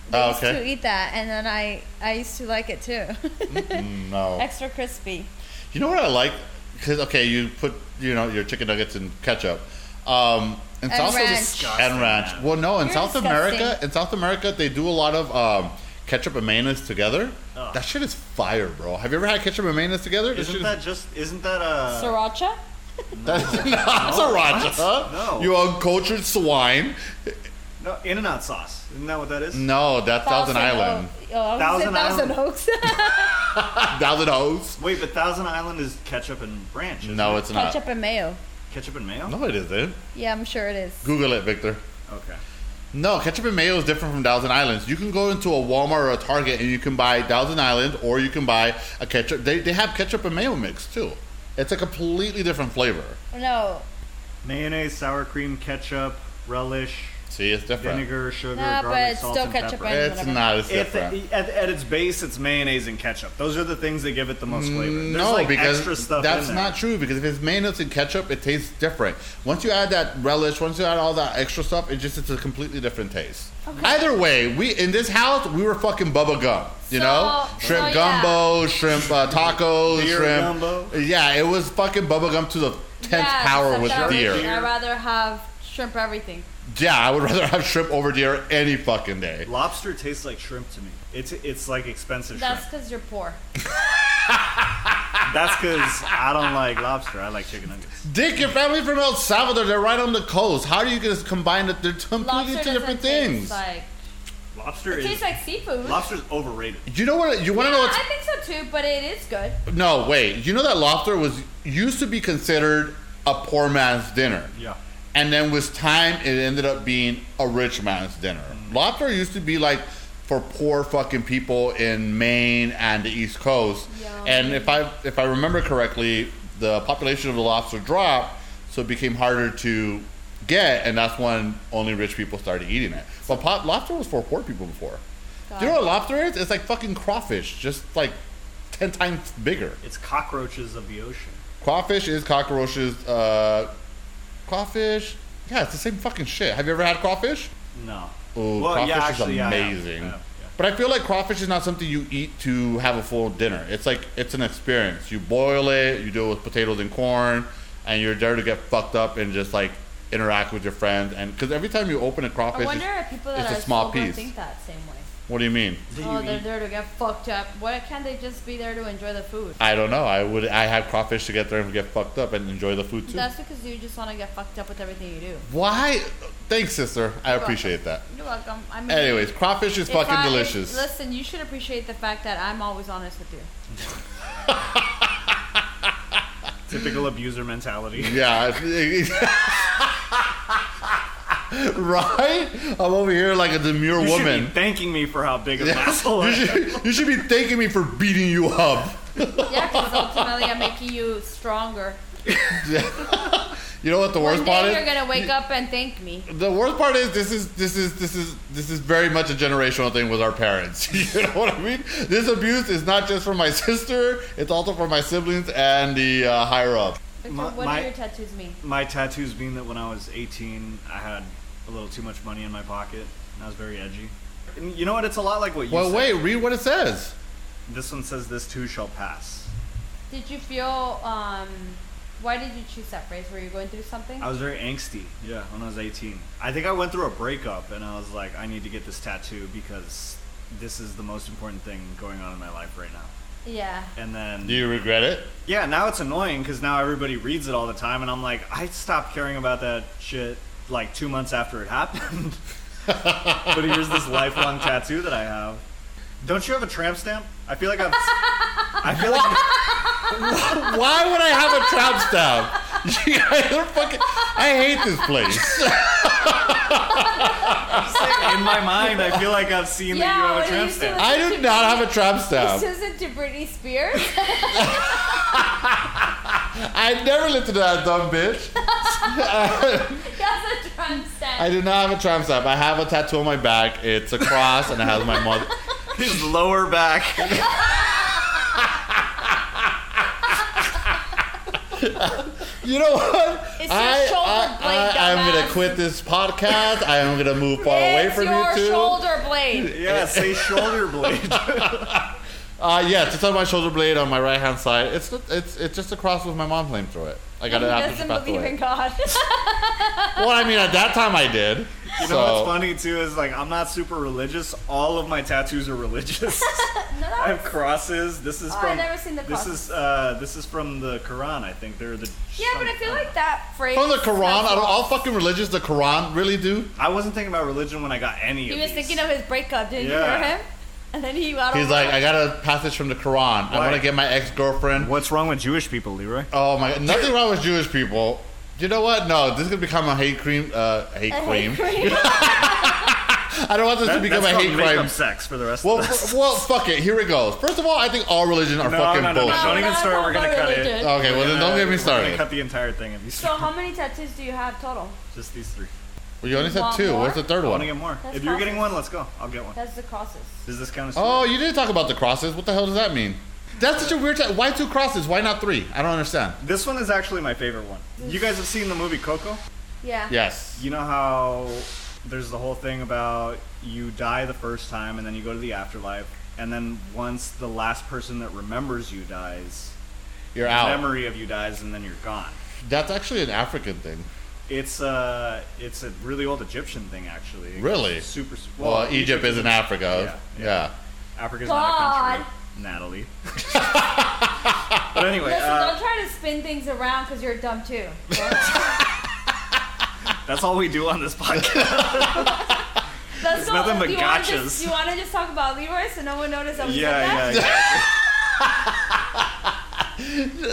Speaker 2: they
Speaker 3: Oh,
Speaker 2: used
Speaker 3: okay.
Speaker 2: to eat that, and then I I used to like it too.
Speaker 3: Mm. No.
Speaker 2: (laughs) extra crispy.
Speaker 3: You know what I like? Because okay, you put you know your chicken nuggets in ketchup. Um,
Speaker 2: And
Speaker 3: in South
Speaker 2: ranch.
Speaker 3: and ranch.
Speaker 1: man.
Speaker 3: Well, no, in
Speaker 2: You're
Speaker 3: South
Speaker 2: disgusting.
Speaker 3: America, in South America, they do a lot of um, ketchup and mayonnaise together.
Speaker 1: Ugh.
Speaker 3: That shit is fire, bro. Have you ever had ketchup and mayonnaise together? That
Speaker 1: Oh.
Speaker 3: shit
Speaker 1: Isn't
Speaker 3: is-
Speaker 1: that just? Isn't that uh?
Speaker 2: Sriracha.
Speaker 3: (laughs) That's not sriracha.
Speaker 1: No.
Speaker 3: You uncultured swine.
Speaker 1: No, In and Out sauce. Isn't that what that is?
Speaker 3: No, that's Thousand Island.
Speaker 4: Oak- Oh, I was gonna say
Speaker 1: Thousand
Speaker 4: Thousand Oaks.
Speaker 3: Thousand Oaks.
Speaker 1: Wait, but Thousand Island is ketchup and ranch. isn't
Speaker 3: No,
Speaker 1: it?
Speaker 3: it's not.
Speaker 4: Ketchup and mayo.
Speaker 1: ketchup and mayo.
Speaker 3: No, it isn't.
Speaker 4: Yeah, I'm sure it is.
Speaker 3: Google it, Victor.
Speaker 1: Okay.
Speaker 3: No, ketchup and mayo is different from Thousand Islands. You can go into a Walmart or a Target and you can buy Thousand Island or you can buy a ketchup. They, they have ketchup and mayo mix too. It's a completely different flavor.
Speaker 4: No,
Speaker 1: Mayonnaise, sour cream, ketchup, relish,
Speaker 3: See, it's different.
Speaker 1: vinegar, sugar,
Speaker 4: Nah, but
Speaker 1: garlic,
Speaker 4: it's
Speaker 1: salt,
Speaker 4: still
Speaker 1: and
Speaker 4: ketchup
Speaker 1: pepper.
Speaker 4: and-
Speaker 3: It's
Speaker 4: Whatever.
Speaker 3: not. It's
Speaker 1: If
Speaker 3: different.
Speaker 1: at, at its base, it's mayonnaise and ketchup. Those are the things that give it the most flavor. There's
Speaker 3: no,
Speaker 1: like
Speaker 3: because
Speaker 1: extra stuff
Speaker 3: that's
Speaker 1: in there.
Speaker 3: not true. Because if it's mayonnaise and ketchup, it tastes different. Once you add that relish, once you add all that extra stuff, it just it's a completely different taste. Either way, we in this house we were fucking bubble gum. You
Speaker 4: So-
Speaker 3: know, shrimp
Speaker 4: so, yeah.
Speaker 3: gumbo, shrimp uh, tacos,
Speaker 1: Beer
Speaker 3: shrimp
Speaker 1: gumbo.
Speaker 3: Yeah, it was fucking bubble gum to the tenth
Speaker 2: Yeah,
Speaker 3: power
Speaker 2: except
Speaker 3: with
Speaker 2: that I would-
Speaker 3: deer.
Speaker 2: I'd rather have shrimp everything.
Speaker 3: Yeah, I would (laughs) rather have shrimp over deer any fucking day.
Speaker 1: Lobster tastes like shrimp to me. It's it's like expensive
Speaker 2: That's
Speaker 1: shrimp.
Speaker 2: because you're poor.
Speaker 1: That's because I don't like lobster. I like chicken nuggets.
Speaker 3: Dick, your family from El Salvador, they're right on the coast. How are you gonna combine it? They're completely
Speaker 2: Lobster
Speaker 3: two
Speaker 2: doesn't
Speaker 3: different
Speaker 2: taste
Speaker 3: things.
Speaker 2: Like,
Speaker 1: Lobster
Speaker 2: it
Speaker 1: is
Speaker 2: tastes like seafood.
Speaker 1: lobster's overrated.
Speaker 3: You know what? You want to
Speaker 2: Yeah,
Speaker 3: know
Speaker 2: I think so too, but it is good.
Speaker 3: what's no wait. You know that lobster was used to be considered a poor man's dinner,
Speaker 1: Yeah.
Speaker 3: and then with time it ended up being a rich man's dinner. Lobster used to be like for poor fucking people in Maine and the East Coast, and if I if I remember correctly, the population of the lobster dropped, so it became harder to get, and that's when only rich people started eating it. But pop, lobster was for poor people before. Do you know what lobster is? It's like fucking crawfish, just like ten times bigger.
Speaker 1: It's cockroaches of the ocean.
Speaker 3: Crawfish is cockroaches. Uh, crawfish. Yeah, it's the same fucking shit. Have you ever had crawfish?
Speaker 1: No.
Speaker 3: Ooh,
Speaker 1: Well,
Speaker 3: crawfish
Speaker 1: yeah, actually,
Speaker 3: Oh,
Speaker 1: yeah,
Speaker 3: is
Speaker 1: I have.
Speaker 3: amazing.
Speaker 1: Yeah, yeah.
Speaker 3: But I feel like crawfish is not something you eat to have a full dinner. It's like it's an experience. You boil it, you do it with potatoes and corn, and you're there to get fucked up and just like interact with your friends. And because every time you open a
Speaker 2: I
Speaker 3: crawfish,
Speaker 2: wonder
Speaker 3: it's,
Speaker 2: if people that
Speaker 3: it's
Speaker 2: are
Speaker 3: a small
Speaker 2: sober
Speaker 3: piece.
Speaker 2: think that same way.
Speaker 3: What do you mean?
Speaker 1: Do you
Speaker 2: oh, they're
Speaker 1: eat-
Speaker 2: there to get fucked up. Why can't they just be there to enjoy the food?
Speaker 3: I don't know. I would. I had crawfish to get there and get fucked up and enjoy the food too.
Speaker 2: That's because you just want to get fucked up with everything you do.
Speaker 3: Why? Thanks, sister. I
Speaker 2: welcome.
Speaker 3: appreciate that.
Speaker 2: You're welcome. I mean,
Speaker 3: Anyways, crawfish is
Speaker 2: if
Speaker 3: fucking
Speaker 2: I-
Speaker 3: delicious.
Speaker 2: listen, you should appreciate the fact that I'm always honest with you.
Speaker 1: Typical abuser mentality.
Speaker 3: Yeah. it's- (laughs) right? I'm over here like a demure
Speaker 1: You should
Speaker 3: woman.
Speaker 1: be thanking me for how big of an asshole I
Speaker 3: You
Speaker 1: am.
Speaker 3: should, you should be thanking me for beating you up.
Speaker 2: Yeah, because ultimately I'm making you stronger.
Speaker 3: You know what the worst
Speaker 2: One
Speaker 3: part
Speaker 2: day
Speaker 3: is?
Speaker 2: you're gonna wake up and thank me.
Speaker 3: the worst part is this is this is this is this is very much a generational thing with our parents. (laughs) you know what I mean? This abuse is not just from my (laughs) sister; it's also from my siblings and the uh, higher up.
Speaker 2: Victor,
Speaker 1: My-
Speaker 2: what
Speaker 1: my-
Speaker 2: do your tattoos mean?
Speaker 1: My tattoos being that when I was 18, I had a little too much money in my pocket, and I was very edgy. And you know what? It's a lot like what you
Speaker 3: Well,
Speaker 1: said.
Speaker 3: wait, read what it says.
Speaker 1: This one says, "This too shall pass."
Speaker 2: Did you feel? um Why did you choose that phrase? Were you going through something?
Speaker 1: I was very angsty. Yeah, when I was 18, I think I went through a breakup, and I was like, "I need to get this tattoo because this is the most important thing going on in my life right now."
Speaker 2: Yeah.
Speaker 1: And then
Speaker 3: Do you regret it?
Speaker 1: Yeah, now it's annoying because now everybody reads it all the time, and I'm like, I stopped caring about that shit like two months after it (laughs) happened. but here's this lifelong tattoo that I have. Don't you have a tramp stamp? I feel like I've. I feel like (laughs)
Speaker 3: Why would I have a trap stamp?
Speaker 2: (laughs)
Speaker 3: (laughs) You guys are fucking. I hate this place.
Speaker 1: in my mind, I feel like I've seen
Speaker 2: Yeah,
Speaker 1: that you have a
Speaker 2: what are
Speaker 1: tramp
Speaker 2: you
Speaker 1: stamp.
Speaker 3: I do not have a trap
Speaker 2: This
Speaker 3: stamp.
Speaker 2: isn't to Britney Spears. (laughs)
Speaker 3: I never listened to that dumb bitch.
Speaker 2: That's a drum set.
Speaker 3: I do not have a tramp stamp. I have a tattoo on my back. It's a cross and it has my mother.
Speaker 1: His lower back.
Speaker 3: You know what?
Speaker 2: It's your
Speaker 3: I,
Speaker 2: shoulder blade,
Speaker 3: am gonna
Speaker 2: dumbass.
Speaker 3: quit this podcast. I am gonna move far away
Speaker 2: it's
Speaker 3: from
Speaker 2: your
Speaker 3: you two.
Speaker 2: shoulder
Speaker 3: (laughs)
Speaker 2: blade.
Speaker 1: Yeah, say shoulder blade.
Speaker 3: Uh, yes, it's on my shoulder blade on my right hand side. It's it's it's just a cross with my mom playing through it. I got
Speaker 2: He
Speaker 3: it after she
Speaker 2: doesn't
Speaker 3: passed
Speaker 2: believe
Speaker 3: away.
Speaker 2: in God.
Speaker 3: Well, I mean, at that time I did.
Speaker 1: You know
Speaker 3: So-
Speaker 1: what's funny too is like I'm not super religious. All of my tattoos are
Speaker 2: (laughs)
Speaker 1: religious.
Speaker 2: No,
Speaker 1: I
Speaker 2: that
Speaker 1: have crosses. This is
Speaker 2: Oh, I've
Speaker 1: from
Speaker 2: never seen the
Speaker 1: this is uh, this is from the Quran. I think they're the
Speaker 2: (laughs) yeah, but I feel like that phrase.
Speaker 3: From the Quran,
Speaker 2: sounds
Speaker 3: out of
Speaker 2: wrong.
Speaker 3: all fucking religions, the Quran really do.
Speaker 1: I wasn't thinking about religion when I got any
Speaker 2: He
Speaker 1: of
Speaker 2: was
Speaker 1: these.
Speaker 2: thinking of his breakup. Didn't
Speaker 1: Yeah.
Speaker 2: you hear him? And then he got
Speaker 3: He's
Speaker 2: all-
Speaker 3: like, I got a passage from the Quran. I
Speaker 1: Why?
Speaker 3: want to get my ex girlfriend.
Speaker 1: What's wrong with Jewish people, Leroy?
Speaker 3: Oh my god, nothing wrong with Jewish people. You know what? No, this is gonna become a hate cream. Uh, hate
Speaker 2: I hate
Speaker 3: cream.
Speaker 2: cream.
Speaker 3: (laughs)
Speaker 2: (laughs)
Speaker 3: I don't want this
Speaker 1: That-
Speaker 3: to become a
Speaker 1: that's
Speaker 3: hate
Speaker 1: called makeup
Speaker 3: crime.
Speaker 1: sex for the rest
Speaker 3: Well,
Speaker 1: of us.
Speaker 3: f- well, fuck it. Here it goes. First of all, I think all religions
Speaker 1: (laughs)
Speaker 3: are
Speaker 1: No,
Speaker 3: fucking
Speaker 1: no, no, no,
Speaker 3: bullshit.
Speaker 1: Don't even
Speaker 2: that's
Speaker 1: start,
Speaker 2: not
Speaker 1: we're gonna
Speaker 2: what
Speaker 1: cut it.
Speaker 2: religion.
Speaker 3: Okay, well then don't get me
Speaker 1: We're gonna
Speaker 3: started.
Speaker 1: cut the entire thing if you
Speaker 2: So how many tattoos do you have total?
Speaker 1: just these three.
Speaker 3: Well, you only said
Speaker 2: Want
Speaker 3: two.
Speaker 2: more?
Speaker 3: What's the third
Speaker 1: I want to
Speaker 3: one?
Speaker 1: get more.
Speaker 2: That's
Speaker 1: if you're
Speaker 2: fine.
Speaker 1: getting one, let's go. I'll get one.
Speaker 2: That's the crosses.
Speaker 1: Does this count as?
Speaker 3: Oh,
Speaker 1: two?
Speaker 3: you didn't talk about the crosses. What the hell does that mean? That's such a weird. T- Why two crosses? Why not three? I don't understand.
Speaker 1: This one is actually my favorite one. You guys have seen the movie Coco?
Speaker 2: Yeah.
Speaker 3: Yes.
Speaker 1: You know how there's the whole thing about you die the first time and then you go to the afterlife, and then once the last person that remembers you dies,
Speaker 3: You're
Speaker 1: the
Speaker 3: out.
Speaker 1: memory of you dies, and then you're gone.
Speaker 3: That's actually an African thing.
Speaker 1: It's a it's a really old Egyptian thing, actually. It's
Speaker 3: Really?
Speaker 1: Super. s-
Speaker 3: Well, Egypt is in Africa.
Speaker 1: Yeah,
Speaker 3: yeah.
Speaker 1: Africa's not a
Speaker 2: God.
Speaker 1: country. Natalie. (laughs) but anyway,
Speaker 2: Listen,
Speaker 1: uh,
Speaker 2: don't try to spin things around because you're dumb too.
Speaker 1: that's all we do on this
Speaker 2: (laughs)
Speaker 1: podcast.
Speaker 2: That's all-
Speaker 1: nothing but
Speaker 2: do you wanna just-
Speaker 1: gotchas.
Speaker 2: Do you want to just talk about Leroy so no one noticed that we said that?
Speaker 1: yeah, yeah, yeah.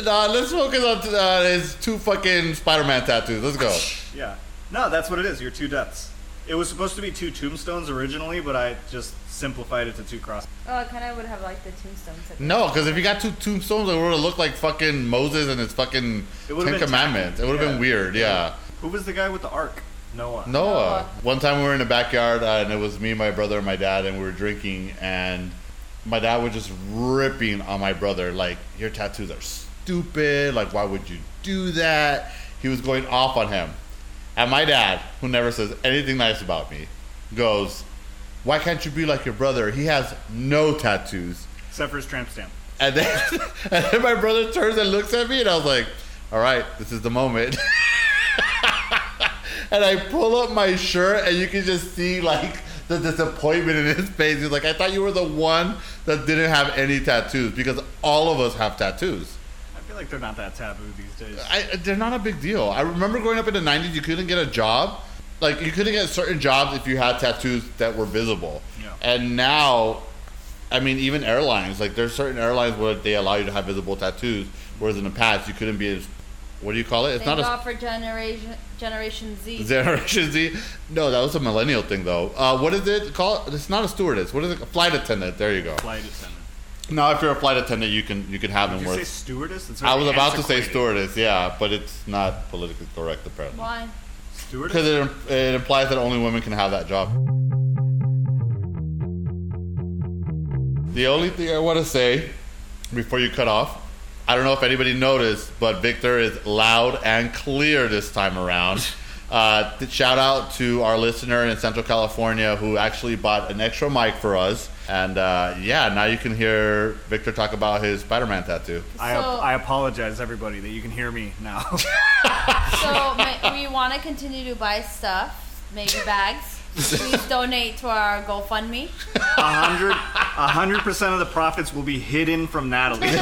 Speaker 3: Nah, let's focus on uh, his two fucking Spider-Man tattoos.
Speaker 1: (laughs)
Speaker 3: Let's go.
Speaker 1: Yeah. No, that's what it is. Your two deaths. It was supposed to be two tombstones originally, but I just simplified it to two crosses.
Speaker 2: Oh, I kind of would have liked the tombstone. tattoo.
Speaker 3: No, because if you got two tombstones, it would have looked like fucking Moses and his fucking
Speaker 1: It would've
Speaker 3: Ten
Speaker 1: been
Speaker 3: Commandments. It would have
Speaker 1: Yeah.
Speaker 3: been weird, yeah.
Speaker 1: Who was the guy with the ark? Noah.
Speaker 3: Noah. One time we were in the backyard, uh, and it was me, my brother, and my dad, and we were drinking, and my dad was just ripping on my brother, like, your tattoos are stupid. Like, why would you do that? He was going off on him. And my dad, who never says anything nice about me, goes, why can't you be like your brother? He has no tattoos.
Speaker 1: Except for his tramp stamp.
Speaker 3: And then, (laughs) and then my brother turns and looks at me, and I was like, all right, this is the moment. (laughs) and I pull up my shirt, and you can just see, like, the disappointment in his face. He's like, I thought you were the one that didn't have any tattoos because all of us have tattoos.
Speaker 1: I feel like they're not that taboo these days.
Speaker 3: I, they're not a big deal. I remember growing up in the 90s, you couldn't get a job. Like, you couldn't get certain jobs if you had tattoos that were visible.
Speaker 1: Yeah.
Speaker 3: And now, I mean, even airlines, like, there's certain airlines where they allow you to have visible tattoos, whereas in the past, you couldn't be as, what do you call it? It's
Speaker 2: Thank
Speaker 3: not
Speaker 2: God for generation Generation
Speaker 3: a
Speaker 2: Z.
Speaker 3: (laughs) Generation Z. No, that was a millennial thing, though. Uh, what is it called? It's not a stewardess. What is it? A flight attendant. There you go.
Speaker 1: Flight attendant.
Speaker 3: Now, if you're a flight attendant, you can you can have
Speaker 1: Did
Speaker 3: them.
Speaker 1: you say
Speaker 3: Whereas,
Speaker 1: stewardess? That's
Speaker 3: I
Speaker 1: very
Speaker 3: was about to say
Speaker 1: antiquated.
Speaker 3: stewardess, yeah, but it's not politically correct, apparently.
Speaker 2: Why?
Speaker 1: Stewardess?
Speaker 3: Because it, it implies that only women can have that job. The only thing I want to say before you cut off, I don't know if anybody noticed, but Victor is loud and clear this time around. Uh, th- shout out to our listener in Central California who actually bought an extra mic for us. And uh, yeah, now you can hear Victor talk about his Spider Man tattoo.
Speaker 1: I, ap-
Speaker 2: So-
Speaker 1: I apologize, everybody, that you can hear me now.
Speaker 2: So ma- we want to continue to buy stuff, maybe bags. Please donate to our GoFundMe.
Speaker 1: A hundred, a hundred percent of the profits will be hidden from Natalie.